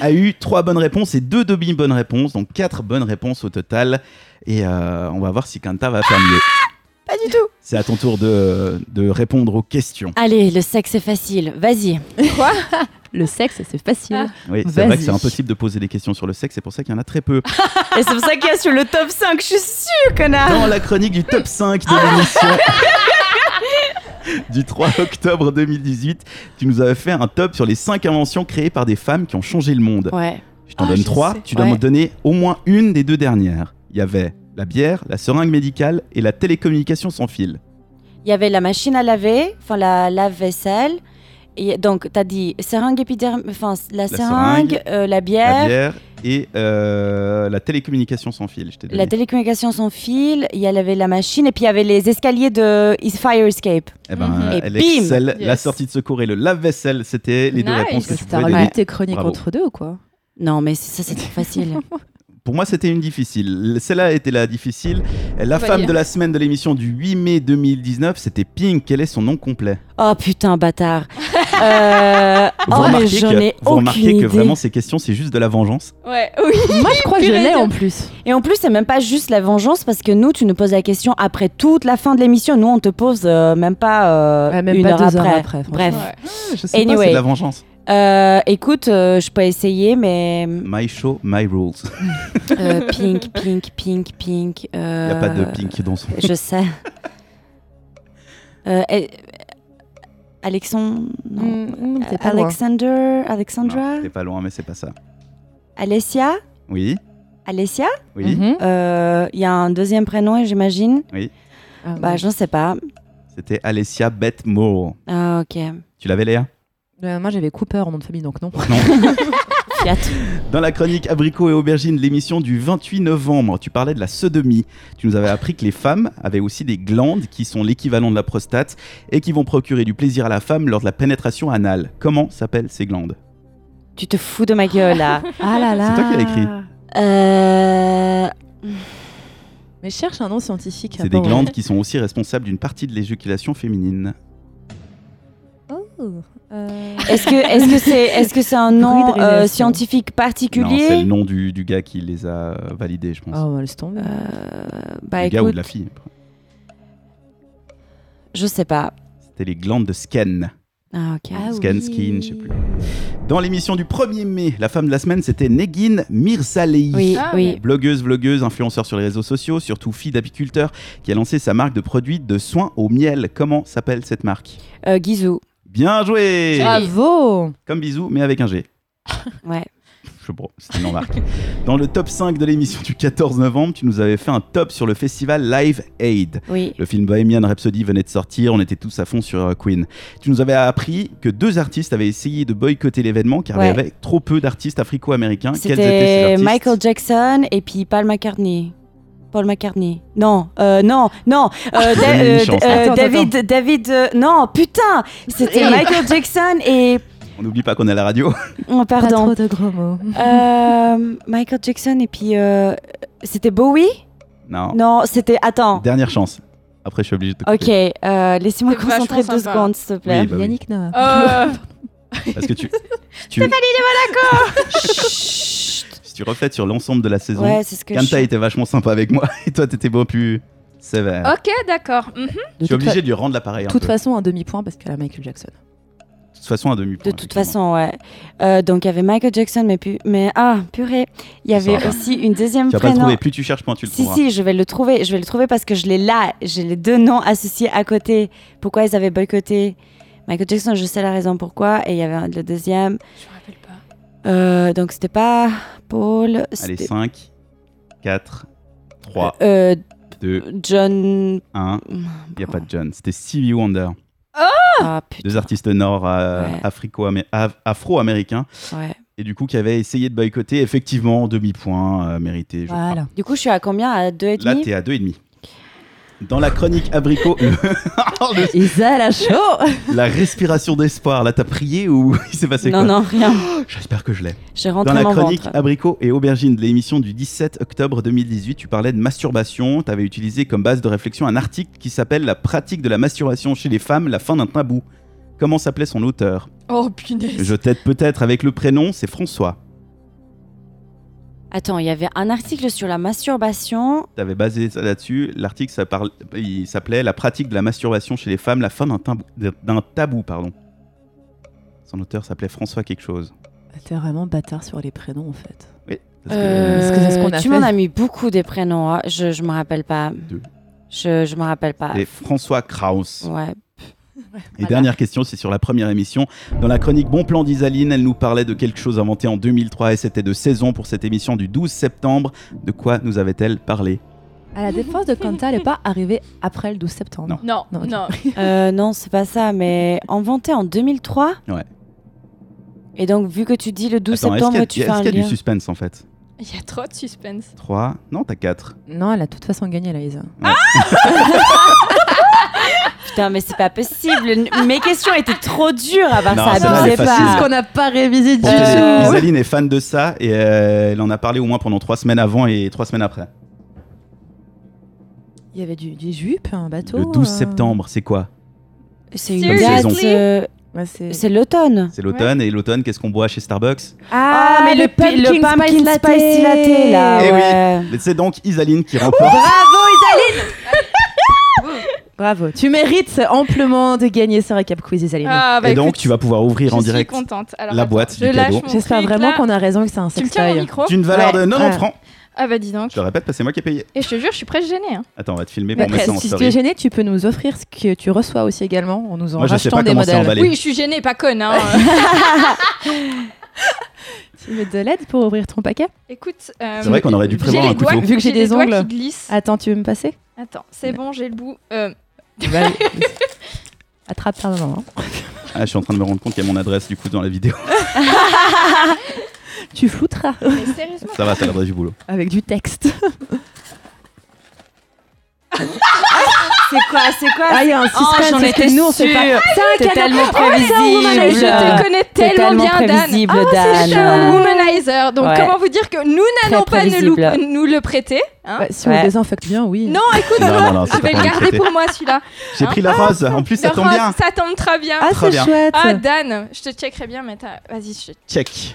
Speaker 4: a eu trois bonnes réponses et deux demi-bonnes réponses, donc quatre bonnes réponses au total. Et euh, on va voir si Kanta va faire mieux.
Speaker 6: Pas du tout.
Speaker 4: C'est à ton tour de, de répondre aux questions.
Speaker 7: Allez, le sexe est facile. Vas-y.
Speaker 5: Le sexe, c'est facile.
Speaker 4: Oui, c'est vrai
Speaker 5: Vas-y.
Speaker 4: que c'est impossible de poser des questions sur le sexe, c'est pour ça qu'il y en a très peu.
Speaker 7: Et c'est pour ça qu'il y a sur le top 5, je suis sûre, connard.
Speaker 4: Dans la chronique du top 5 de l'émission du 3 octobre 2018, tu nous avais fait un top sur les 5 inventions créées par des femmes qui ont changé le monde.
Speaker 7: Ouais.
Speaker 4: Je t'en
Speaker 6: Ah,
Speaker 4: donne
Speaker 6: je
Speaker 4: 3,
Speaker 6: sais.
Speaker 4: tu dois me
Speaker 7: Ouais.
Speaker 4: donner au moins une des deux dernières. Il y avait la bière, la seringue médicale et la télécommunication sans fil.
Speaker 7: Il y avait la machine à laver, enfin la lave-vaisselle. Et donc, t'as dit seringue épidermique, enfin
Speaker 4: La
Speaker 7: la, seringue,
Speaker 4: seringue,
Speaker 7: euh, la
Speaker 4: La
Speaker 7: bière,
Speaker 4: bière, et euh, la télécommunication sans fil. Je t'ai donné.
Speaker 7: La télécommunication sans fil, il y avait la machine et puis il y avait les escaliers de Is Fire Escape.
Speaker 4: Eh ben,
Speaker 6: Mhm.
Speaker 7: Et
Speaker 4: elle
Speaker 7: bim
Speaker 4: excelle. La
Speaker 6: Yes.
Speaker 4: sortie de secours et le lave-vaisselle, c'était les deux
Speaker 6: Nice.
Speaker 4: réponses que tu
Speaker 5: T'as
Speaker 4: pouvais donner.
Speaker 5: relu tes chroniques
Speaker 4: Bravo.
Speaker 5: entre deux ou quoi
Speaker 7: Non, mais ça, c'est trop facile.
Speaker 4: Pour moi, c'était une difficile. Celle-là était la difficile. La
Speaker 6: On va
Speaker 4: femme
Speaker 6: dire.
Speaker 4: de la semaine de l'émission du 8 mai 2019, c'était Pink. Quel est son nom complet
Speaker 7: oh putain, bâtard. Euh,
Speaker 4: Vous
Speaker 7: oh, mais
Speaker 4: remarquez
Speaker 7: j'en ai
Speaker 4: que, vous
Speaker 7: aucune
Speaker 4: remarquez que
Speaker 7: idée.
Speaker 4: vraiment ces questions, c'est juste de la vengeance.
Speaker 6: Ouais, oui.
Speaker 5: Moi, je crois que je
Speaker 6: purée
Speaker 5: l'ai
Speaker 6: de-
Speaker 5: en plus.
Speaker 7: Et en plus, c'est même pas juste la vengeance parce que nous, tu nous poses la question après toute la fin de l'émission. Nous, on te pose euh, même pas euh,
Speaker 5: Ouais, même
Speaker 7: une
Speaker 5: pas
Speaker 7: heure
Speaker 5: deux heures
Speaker 7: après.
Speaker 5: après, franchement.
Speaker 7: Bref.
Speaker 6: Ouais.
Speaker 4: Ah, Je sais pas, c'est
Speaker 7: Anyway.
Speaker 4: de la vengeance.
Speaker 7: Euh, écoute, euh, je peux essayer, mais
Speaker 4: My show, my rules.
Speaker 7: euh, pink, pink, pink, pink. Il
Speaker 4: Il n'y a pas
Speaker 7: Euh,
Speaker 4: de Pink dans son.
Speaker 7: Je sais. euh, eh, Alexandre, non.
Speaker 5: Mm, mm, t'es pas loin.
Speaker 7: Alexander,
Speaker 4: Non,
Speaker 7: Alexandra,
Speaker 4: T'es pas loin, mais Ah, c'est pas ça.
Speaker 7: Alessia,
Speaker 4: Oui,
Speaker 7: Alessia.
Speaker 4: oui.
Speaker 5: Mhm.
Speaker 7: Euh, Il y a un deuxième prénom, j'imagine.
Speaker 5: Ah,
Speaker 7: Bah,
Speaker 5: ouais.
Speaker 7: je ne sais pas.
Speaker 4: C'était Alessia Beth Moore.
Speaker 7: Ah, ok.
Speaker 4: Tu l'avais, Léa
Speaker 5: Euh, moi, j'avais Cooper en nom de famille, donc non.
Speaker 7: Fiat.
Speaker 4: Dans la chronique Abricot et Aubergine, l'émission du 28 novembre, tu parlais de la sodomie. Tu nous avais appris que les femmes avaient aussi des glandes qui sont l'équivalent de la prostate et qui vont procurer du plaisir à la femme lors de la pénétration anale. Comment s'appellent ces glandes
Speaker 7: Tu te fous de ma gueule, là.
Speaker 5: Ah là là.
Speaker 4: C'est toi qui l'as écrit.
Speaker 7: Euh,
Speaker 5: Mais cherche un nom scientifique.
Speaker 4: C'est des glandes qui sont aussi responsables d'une partie de l'éjaculation féminine.
Speaker 5: Oh, euh.
Speaker 7: Est-ce que est-ce que c'est est-ce que c'est un
Speaker 5: Bruit
Speaker 7: nom
Speaker 5: de
Speaker 7: euh,
Speaker 5: révélation.
Speaker 7: scientifique
Speaker 4: Non, c'est le
Speaker 7: particulier
Speaker 4: nom du, du gars qui les a validées, je pense.
Speaker 5: Oh, laisse tomber.
Speaker 7: Euh, Bah
Speaker 4: du gars ou
Speaker 7: écoute,
Speaker 4: de la fille.
Speaker 7: je sais pas.
Speaker 4: C'était les glandes de Sken.
Speaker 7: Ah ok.
Speaker 5: Ah
Speaker 4: Scan,
Speaker 5: oui.
Speaker 4: skin, je sais plus. Dans l'émission du 1er mai, la femme de la semaine, c'était Negin Mirsalei.
Speaker 7: oui,
Speaker 6: Ah,
Speaker 7: oui.
Speaker 4: Blogueuse, vlogueuse, influenceur sur les réseaux sociaux, surtout fille d'apiculteur, qui a lancé sa marque de produits de soins au miel. Comment s'appelle cette marque
Speaker 7: Euh, Guizou.
Speaker 4: Bien joué
Speaker 5: Ah, Bravo
Speaker 4: Comme bisous, mais avec un G.
Speaker 7: Ouais.
Speaker 4: Je sais pas, c'est une marque. Dans le top 5 de l'émission du 14 novembre, tu nous avais fait un top sur le festival Live Aid.
Speaker 7: Oui.
Speaker 4: Le film Bohemian Rhapsody venait de sortir, on était tous à fond sur euh, Queen. Tu nous avais appris que deux artistes avaient essayé de boycotter l'événement car il y
Speaker 7: Ouais.
Speaker 4: avait trop peu d'artistes africo-américains. Hein, Quels étaient ces
Speaker 7: C'était
Speaker 4: artistes
Speaker 7: Michael Jackson et puis Paul McCartney. Paul McCartney. Non, euh, non, non. Euh, Da-
Speaker 4: Donne-lui Ah, une
Speaker 7: euh,
Speaker 4: chance.
Speaker 7: euh,
Speaker 5: Attends,
Speaker 7: David, David. euh, non, putain. C'était
Speaker 5: Et-
Speaker 7: Michael Jackson et.
Speaker 4: On n'oublie pas qu'on est à la radio.
Speaker 7: Oh, pardon.
Speaker 5: Pas trop de gros mots.
Speaker 7: Euh, Michael Jackson et puis. euh, c'était Bowie
Speaker 4: non.
Speaker 7: Non, c'était. Attends.
Speaker 4: Dernière chance. Après, je suis obligé de te
Speaker 7: Oh. Ok,
Speaker 4: couper.
Speaker 7: euh, laissez-moi
Speaker 6: C'est vachement
Speaker 7: concentrer deux
Speaker 6: sympa.
Speaker 7: secondes, s'il te plaît.
Speaker 4: Oui, bah oui.
Speaker 5: Yannick Noah.
Speaker 6: Euh,
Speaker 4: Parce que tu. tu... Stéphanie Si tu reflètes sur l'ensemble de la saison,
Speaker 7: Ouais, c'est ce que
Speaker 4: Kanta
Speaker 7: je...
Speaker 4: était vachement sympa avec moi et toi, t'étais beaucoup plus sévère.
Speaker 7: Oh,
Speaker 6: ok, d'accord. Mhm.
Speaker 5: De
Speaker 4: Je suis
Speaker 5: toute, fa-
Speaker 4: obligé de lui rendre l'appareil. un peu.
Speaker 5: toute façon, un demi-point parce qu'elle a Michael Jackson.
Speaker 4: De toute façon, un demi-point.
Speaker 7: De toute
Speaker 4: effectivement.
Speaker 7: façon, ouais. Euh, donc, il y avait Michael Jackson, mais, pu... mais ah, purée. Il y
Speaker 4: Ça va
Speaker 7: avait
Speaker 4: pas.
Speaker 7: aussi une deuxième
Speaker 4: Tu vas pas le
Speaker 7: prénom.
Speaker 4: trouver. Plus tu cherches, moins tu le
Speaker 7: si,
Speaker 4: trouveras.
Speaker 7: si, je vais le trouver. Je vais le trouver parce que je l'ai là. J'ai les deux noms associés à côté. Pourquoi ils avaient boycotté Michael Jackson, je sais la raison pourquoi. Et il y avait un- le deuxième.
Speaker 6: Je me rappelle pas.
Speaker 7: Euh, donc, c'était pas Paul.
Speaker 4: Allez,
Speaker 7: C'était
Speaker 4: 5, 4, 3,
Speaker 7: euh,
Speaker 4: 2,
Speaker 7: John.
Speaker 4: 1. Il n'y a pas de John. C'était Stevie Wonder.
Speaker 7: Ah, putain.
Speaker 4: Deux artistes nord euh,
Speaker 7: Ouais.
Speaker 4: africo- amé- af- afro-américains.
Speaker 7: Ouais.
Speaker 4: Et du coup, qui avaient essayé de boycotter. Effectivement, demi-point euh, mérité, je crois.
Speaker 5: Voilà.
Speaker 7: Du coup, je suis à combien À deux et
Speaker 4: Là,
Speaker 7: demi
Speaker 4: t'es à 2,5. Dans la chronique abricot, le-
Speaker 5: Isa la
Speaker 7: Oh!
Speaker 5: chaud
Speaker 4: la respiration d'espoir, là, t'as prié ou il s'est passé
Speaker 7: Non,
Speaker 4: quoi
Speaker 7: non, rien.
Speaker 4: J'espère que je l'ai.
Speaker 7: J'ai
Speaker 4: Dans
Speaker 7: rentré
Speaker 4: la
Speaker 7: mon
Speaker 4: chronique
Speaker 7: ventre.
Speaker 4: Abricot et Aubergine de l'émission du 17 octobre 2018, tu parlais de masturbation. Tu avais utilisé comme base de réflexion un article qui s'appelle La pratique de la masturbation chez les femmes, la fin d'un tabou. Comment s'appelait son auteur
Speaker 6: Oh punaise.
Speaker 4: Je t'aide peut-être avec le prénom, c'est François.
Speaker 7: Attends, il y avait un article sur la masturbation.
Speaker 4: Tu avais basé ça là-dessus. L'article ça parle- il s'appelait La pratique de la masturbation chez les femmes, la fin d'un tabou. d'un tabou, pardon. Son auteur s'appelait François quelque chose.
Speaker 5: T'es vraiment bâtard sur les prénoms en fait.
Speaker 4: Oui, parce
Speaker 7: Euh,
Speaker 5: Est-ce
Speaker 4: que
Speaker 5: que c'est ce qu'on a
Speaker 7: tu
Speaker 5: fait
Speaker 7: m'en as mis beaucoup des prénoms. hein. Je je me rappelle pas.
Speaker 4: Deux.
Speaker 7: Je je me rappelle pas.
Speaker 4: c'était François Kraus.
Speaker 7: Ouais.
Speaker 4: Et dernière question, c'est sur la première émission. Dans la chronique Bon Plan d'Isaline, elle nous parlait de quelque chose inventé en 2003 et c'était de saison pour cette émission du 12 septembre. De quoi nous avait-elle parlé
Speaker 5: À la défense de Kanta, elle n'est pas arrivée après le 12 septembre.
Speaker 4: Non.
Speaker 6: Non,
Speaker 5: Non,
Speaker 6: non.
Speaker 5: ok.
Speaker 7: Euh, non, c'est pas ça, mais inventé en 2003.
Speaker 4: Ouais.
Speaker 7: Et donc, vu que tu dis le 12
Speaker 4: Attends, est-ce
Speaker 7: septembre,
Speaker 4: qu'il y a-
Speaker 7: tu
Speaker 4: est-ce
Speaker 7: fais un
Speaker 4: qu'il y a du
Speaker 7: lien.
Speaker 4: suspense en fait
Speaker 6: Il y a trop de suspense.
Speaker 4: 3. Non, t'as 4.
Speaker 5: Non, elle a de toute façon gagné, Laïsa.
Speaker 7: Putain, mais c'est pas possible. N- Mes questions étaient trop dures à part
Speaker 4: Non,
Speaker 7: ça.
Speaker 4: c'est vrai,
Speaker 7: abusez
Speaker 4: c'est
Speaker 7: pas.
Speaker 4: facile.
Speaker 5: qu'on n'a pas
Speaker 7: Euh,
Speaker 5: révisé du
Speaker 4: Pour te dire,
Speaker 5: tout.
Speaker 4: Isaline est fan de ça et euh, elle en a parlé au moins pendant 3 semaines avant et 3 semaines après.
Speaker 5: Il y avait du, des jupes, un bateau.
Speaker 4: Le 12
Speaker 5: euh,
Speaker 4: septembre, c'est quoi
Speaker 7: C'est une
Speaker 6: Seriously
Speaker 7: date. euh,
Speaker 5: ouais, c'est-
Speaker 7: c'est l'automne.
Speaker 4: C'est l'automne et l'automne, qu'est-ce qu'on boit chez Starbucks
Speaker 7: Ah, mais le, pi- le pumpkin spice latte, là.
Speaker 4: Eh oui.
Speaker 7: ouais.
Speaker 4: Mais C'est donc Isaline qui remporte.
Speaker 5: Bravo. Tu mérites amplement de gagner ce récap quiz, Isaline.
Speaker 6: Ah, bah
Speaker 4: et donc,
Speaker 6: écoute,
Speaker 4: tu vas pouvoir
Speaker 6: je
Speaker 4: ouvrir en
Speaker 6: suis
Speaker 4: direct
Speaker 6: contente. Alors,
Speaker 4: la
Speaker 6: attends,
Speaker 4: boîte
Speaker 6: je
Speaker 4: du
Speaker 6: lâche
Speaker 4: cadeau.
Speaker 6: mon
Speaker 5: J'espère
Speaker 6: truc,
Speaker 5: vraiment
Speaker 6: là.
Speaker 5: qu'on a raison que c'est un
Speaker 6: Tu le tiens au
Speaker 5: sextoy.
Speaker 6: micro
Speaker 4: d'une valeur
Speaker 5: Ouais,
Speaker 4: de 90
Speaker 5: ouais.
Speaker 4: francs.
Speaker 6: Ah bah dis donc.
Speaker 4: Je le répète, parce que c'est moi qui ai payé.
Speaker 6: Et je te jure, je suis presque gênée. hein.
Speaker 4: Attends, on va te filmer
Speaker 5: Mais
Speaker 4: pour mettre ça en
Speaker 5: Bah, si tu es
Speaker 4: story.
Speaker 5: gêné, tu peux nous offrir ce que tu reçois aussi également en nous en
Speaker 4: Moi, je sais
Speaker 5: rachetant
Speaker 4: pas
Speaker 5: des
Speaker 4: comment c'est
Speaker 5: modèles.
Speaker 4: emballé.
Speaker 6: Oui, je suis gênée, pas conne. hein.
Speaker 5: Tu veux de l'aide pour ouvrir ton paquet
Speaker 6: Écoute. euh,
Speaker 4: C'est vrai qu'on aurait dû
Speaker 6: j'ai
Speaker 4: prévoir
Speaker 6: les
Speaker 4: un
Speaker 6: doigts-
Speaker 4: couteau.
Speaker 5: Vu que j'ai des
Speaker 6: les doigts
Speaker 5: ongles.
Speaker 6: qui glissent.
Speaker 5: Attends, tu veux me passer Bah,
Speaker 6: Attends, c'est bon, j'ai le bout. Euh,
Speaker 5: Attrape par moment.
Speaker 4: Ah, je suis en train de me rendre compte qu'il y a mon adresse du coup dans la vidéo.
Speaker 5: Tu foutras
Speaker 6: mais sérieusement.
Speaker 4: Ça va, c'est l'adresse du boulot.
Speaker 5: avec du texte.
Speaker 7: C'est quoi, c'est quoi
Speaker 5: Ah, il y a un suspense.
Speaker 7: Oh, j'en
Speaker 5: parce que
Speaker 7: étais
Speaker 5: nous, on sait pas.
Speaker 7: sûre. Ah, T'es
Speaker 5: C'est un cadeau.
Speaker 7: tellement
Speaker 6: Mais je
Speaker 7: prévisible.
Speaker 6: te connais
Speaker 7: T'es
Speaker 6: tellement bien, Dan. Ah,
Speaker 7: prévisible,
Speaker 6: C'est un
Speaker 7: Dan.
Speaker 6: womanizer. Donc,
Speaker 7: Ouais.
Speaker 6: comment vous dire que nous n'allons
Speaker 7: Très
Speaker 6: pas nous,
Speaker 7: prévisible.
Speaker 6: loup- nous le prêter hein
Speaker 5: Bah, si on le
Speaker 7: Ouais.
Speaker 5: désinfecte bien, oui.
Speaker 6: Non, écoute,
Speaker 4: Non, non, non,
Speaker 6: je
Speaker 4: c'est pas
Speaker 6: vais
Speaker 4: pour
Speaker 6: le
Speaker 4: me
Speaker 6: garder
Speaker 4: prêter.
Speaker 6: pour moi celui-là.
Speaker 4: J'ai
Speaker 6: Ah,
Speaker 4: pris la rose. En plus, ça
Speaker 6: Le
Speaker 4: tombe
Speaker 6: rose,
Speaker 4: bien.
Speaker 6: Ça tombe très bien.
Speaker 5: Ah,
Speaker 4: Très
Speaker 5: c'est
Speaker 4: bien.
Speaker 5: chouette.
Speaker 6: Ah, Dan, je te checkerai bien, mais t'as- vas-y, je
Speaker 4: Check.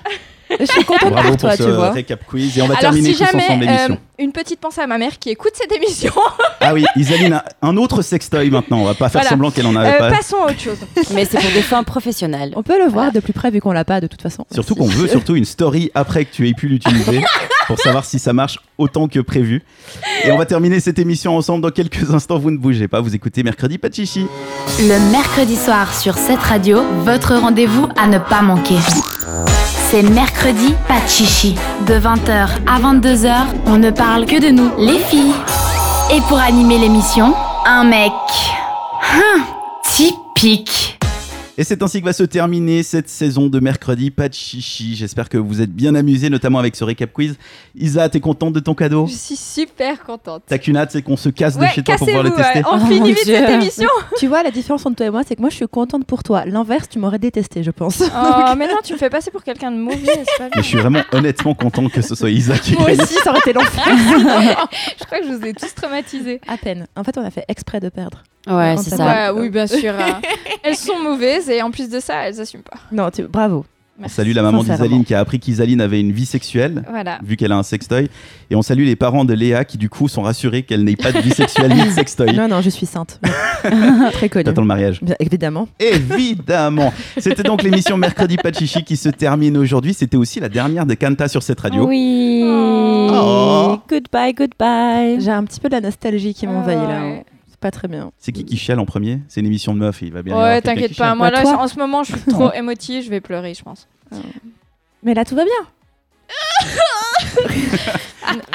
Speaker 5: je suis contente
Speaker 4: Bravo
Speaker 5: pour
Speaker 4: pour
Speaker 5: toi, tu
Speaker 4: ce
Speaker 5: vois.
Speaker 4: récap quiz et on va
Speaker 6: Alors,
Speaker 4: terminer
Speaker 6: si
Speaker 4: tous
Speaker 6: jamais,
Speaker 4: ensemble l'émission.
Speaker 6: euh, une petite pensée à ma mère qui écoute cette émission,
Speaker 4: Ah oui, Isaline a un autre sextoy maintenant. On va pas faire
Speaker 6: euh, Voilà.
Speaker 4: semblant qu'elle en avait
Speaker 6: euh,
Speaker 4: Ah, pas.
Speaker 6: passons à autre chose.
Speaker 7: Mais c'est pour des fins professionnelles.
Speaker 5: On peut le voir de plus près vu qu'on l'a pas de toute façon.
Speaker 4: Surtout qu'on
Speaker 5: Merci.
Speaker 4: veut surtout une story après que tu aies pu l'utiliser pour savoir si ça marche autant que prévu. Et on va terminer cette émission ensemble dans quelques instants. Vous ne bougez pas, vous écoutez mercredi pas de chichi.
Speaker 3: Le mercredi soir sur cette radio, votre rendez-vous à ne pas manquer. C'est mercredi, pas de chichi. De 20h à 22h, on ne parle que de nous, les filles. Et pour animer l'émission, un mec. Hum, typique.
Speaker 4: Et c'est ainsi que va se terminer cette saison de mercredi pas de chichi. J'espère que vous êtes bien amusés, notamment avec ce récap quiz. Isa, t'es contente de ton cadeau
Speaker 6: Je suis super contente.
Speaker 4: T'as qu'une hâte, c'est qu'on se casse de
Speaker 6: Ouais,
Speaker 4: chez toi pour
Speaker 6: cassez-vous,
Speaker 4: pouvoir le tester.
Speaker 6: ouais. on
Speaker 5: Oh mon
Speaker 6: finit vite
Speaker 5: Dieu.
Speaker 6: cette émission.
Speaker 5: Tu vois, la différence entre toi et moi, c'est que moi, je suis contente pour toi. L'inverse, tu m'aurais détesté, je pense.
Speaker 6: Oh, mais non, tu me fais passer pour quelqu'un de mauvais, c'est pas
Speaker 4: Mais je suis vraiment honnêtement content que ce soit Isa qui
Speaker 5: Moi
Speaker 4: gagne.
Speaker 5: aussi, ça aurait été l'enfer.
Speaker 6: Je crois que je vous ai tous traumatisés.
Speaker 5: À peine. En fait, on a fait exprès de perdre.
Speaker 7: Ouais,
Speaker 5: Quand
Speaker 7: c'est
Speaker 5: ça
Speaker 7: ça.
Speaker 5: va.
Speaker 6: Ouais, oui, bien sûr. hein. Elles sont mauvaises et en plus de ça, elles assument pas.
Speaker 5: Non, tu... bravo.
Speaker 4: On
Speaker 6: Merci.
Speaker 4: salue la maman
Speaker 5: Sincèrement.
Speaker 4: d'Isaline qui a appris qu'Isaline avait une vie sexuelle.
Speaker 6: Voilà.
Speaker 4: vu qu'elle a un sextoy. Et on salue les parents de Léa qui, du coup, sont rassurés qu'elle n'ait pas de vie sexuelle ni de sextoy.
Speaker 5: Non, non, je suis sainte. Très connue.
Speaker 4: T'attends le mariage.
Speaker 5: Bien, évidemment.
Speaker 4: Évidemment. C'était donc l'émission Mercredi Pachichi qui se termine aujourd'hui. C'était aussi la dernière des Canta sur cette
Speaker 6: Ah
Speaker 4: radio.
Speaker 7: Oui.
Speaker 4: Oh.
Speaker 7: Goodbye, goodbye.
Speaker 5: J'ai un petit peu de la nostalgie qui m'envahit là. hein.
Speaker 6: Ouais.
Speaker 5: C'est pas très bien.
Speaker 4: C'est qui qui chiale en premier C'est une émission de meuf. Il va bien. y avoir
Speaker 6: Ouais,
Speaker 4: quelqu'un
Speaker 6: t'inquiète
Speaker 4: qui
Speaker 6: pas.
Speaker 4: chiale.
Speaker 6: Moi,
Speaker 5: Bah,
Speaker 6: là,
Speaker 5: toi.
Speaker 6: en ce moment, je suis trop émotive, je vais pleurer, je pense.
Speaker 5: Mais là, tout va bien.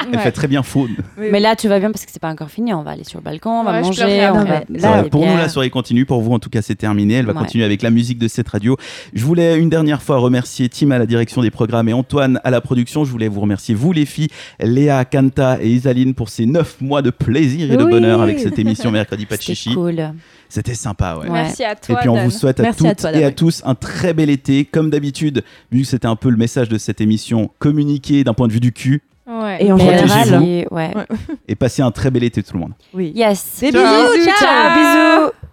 Speaker 4: Elle
Speaker 6: Ouais.
Speaker 4: fait très bien faune.
Speaker 7: Mais là, tu vas bien parce que c'est pas encore fini. On va aller sur le balcon, on va
Speaker 6: Ouais, je
Speaker 7: manger.
Speaker 6: pleurerai
Speaker 7: On va...
Speaker 5: après.
Speaker 7: boire
Speaker 5: Là,
Speaker 4: Voilà,
Speaker 7: des
Speaker 4: pour nous,
Speaker 7: bières.
Speaker 4: la soirée continue. Pour vous, en tout cas, c'est terminé. Elle va
Speaker 7: Ouais.
Speaker 4: continuer avec la musique de cette radio. Je voulais une dernière fois remercier Tim à la direction des programmes et Antoine à la production. Je voulais vous remercier, vous les filles, Léa, Kanta et Isaline, pour ces neuf mois de plaisir et de
Speaker 5: Oui.
Speaker 4: bonheur avec cette émission Mercredi Pas de
Speaker 7: C'était
Speaker 4: Chichi.
Speaker 7: cool.
Speaker 4: C'était sympa, ouais.
Speaker 7: Ouais.
Speaker 6: Merci à
Speaker 4: Et
Speaker 6: toi.
Speaker 4: puis on
Speaker 6: Dan.
Speaker 4: vous souhaite à
Speaker 5: Merci
Speaker 4: toutes
Speaker 5: à toi, Dan,
Speaker 4: et à
Speaker 5: ouais.
Speaker 4: tous un très bel été. Comme d'habitude, vu que c'était un peu le message de cette émission, communiquez d'un point de vue du cul
Speaker 6: Ouais.
Speaker 5: Et en
Speaker 7: Mais
Speaker 4: Protégez-vous.
Speaker 5: général.
Speaker 7: vas-y, Ouais.
Speaker 4: et passez un très bel été tout le monde.
Speaker 5: Oui.
Speaker 7: Yes.
Speaker 5: Des bisous,
Speaker 6: Bisous,
Speaker 7: Ciao.
Speaker 6: ciao.
Speaker 7: Bisous.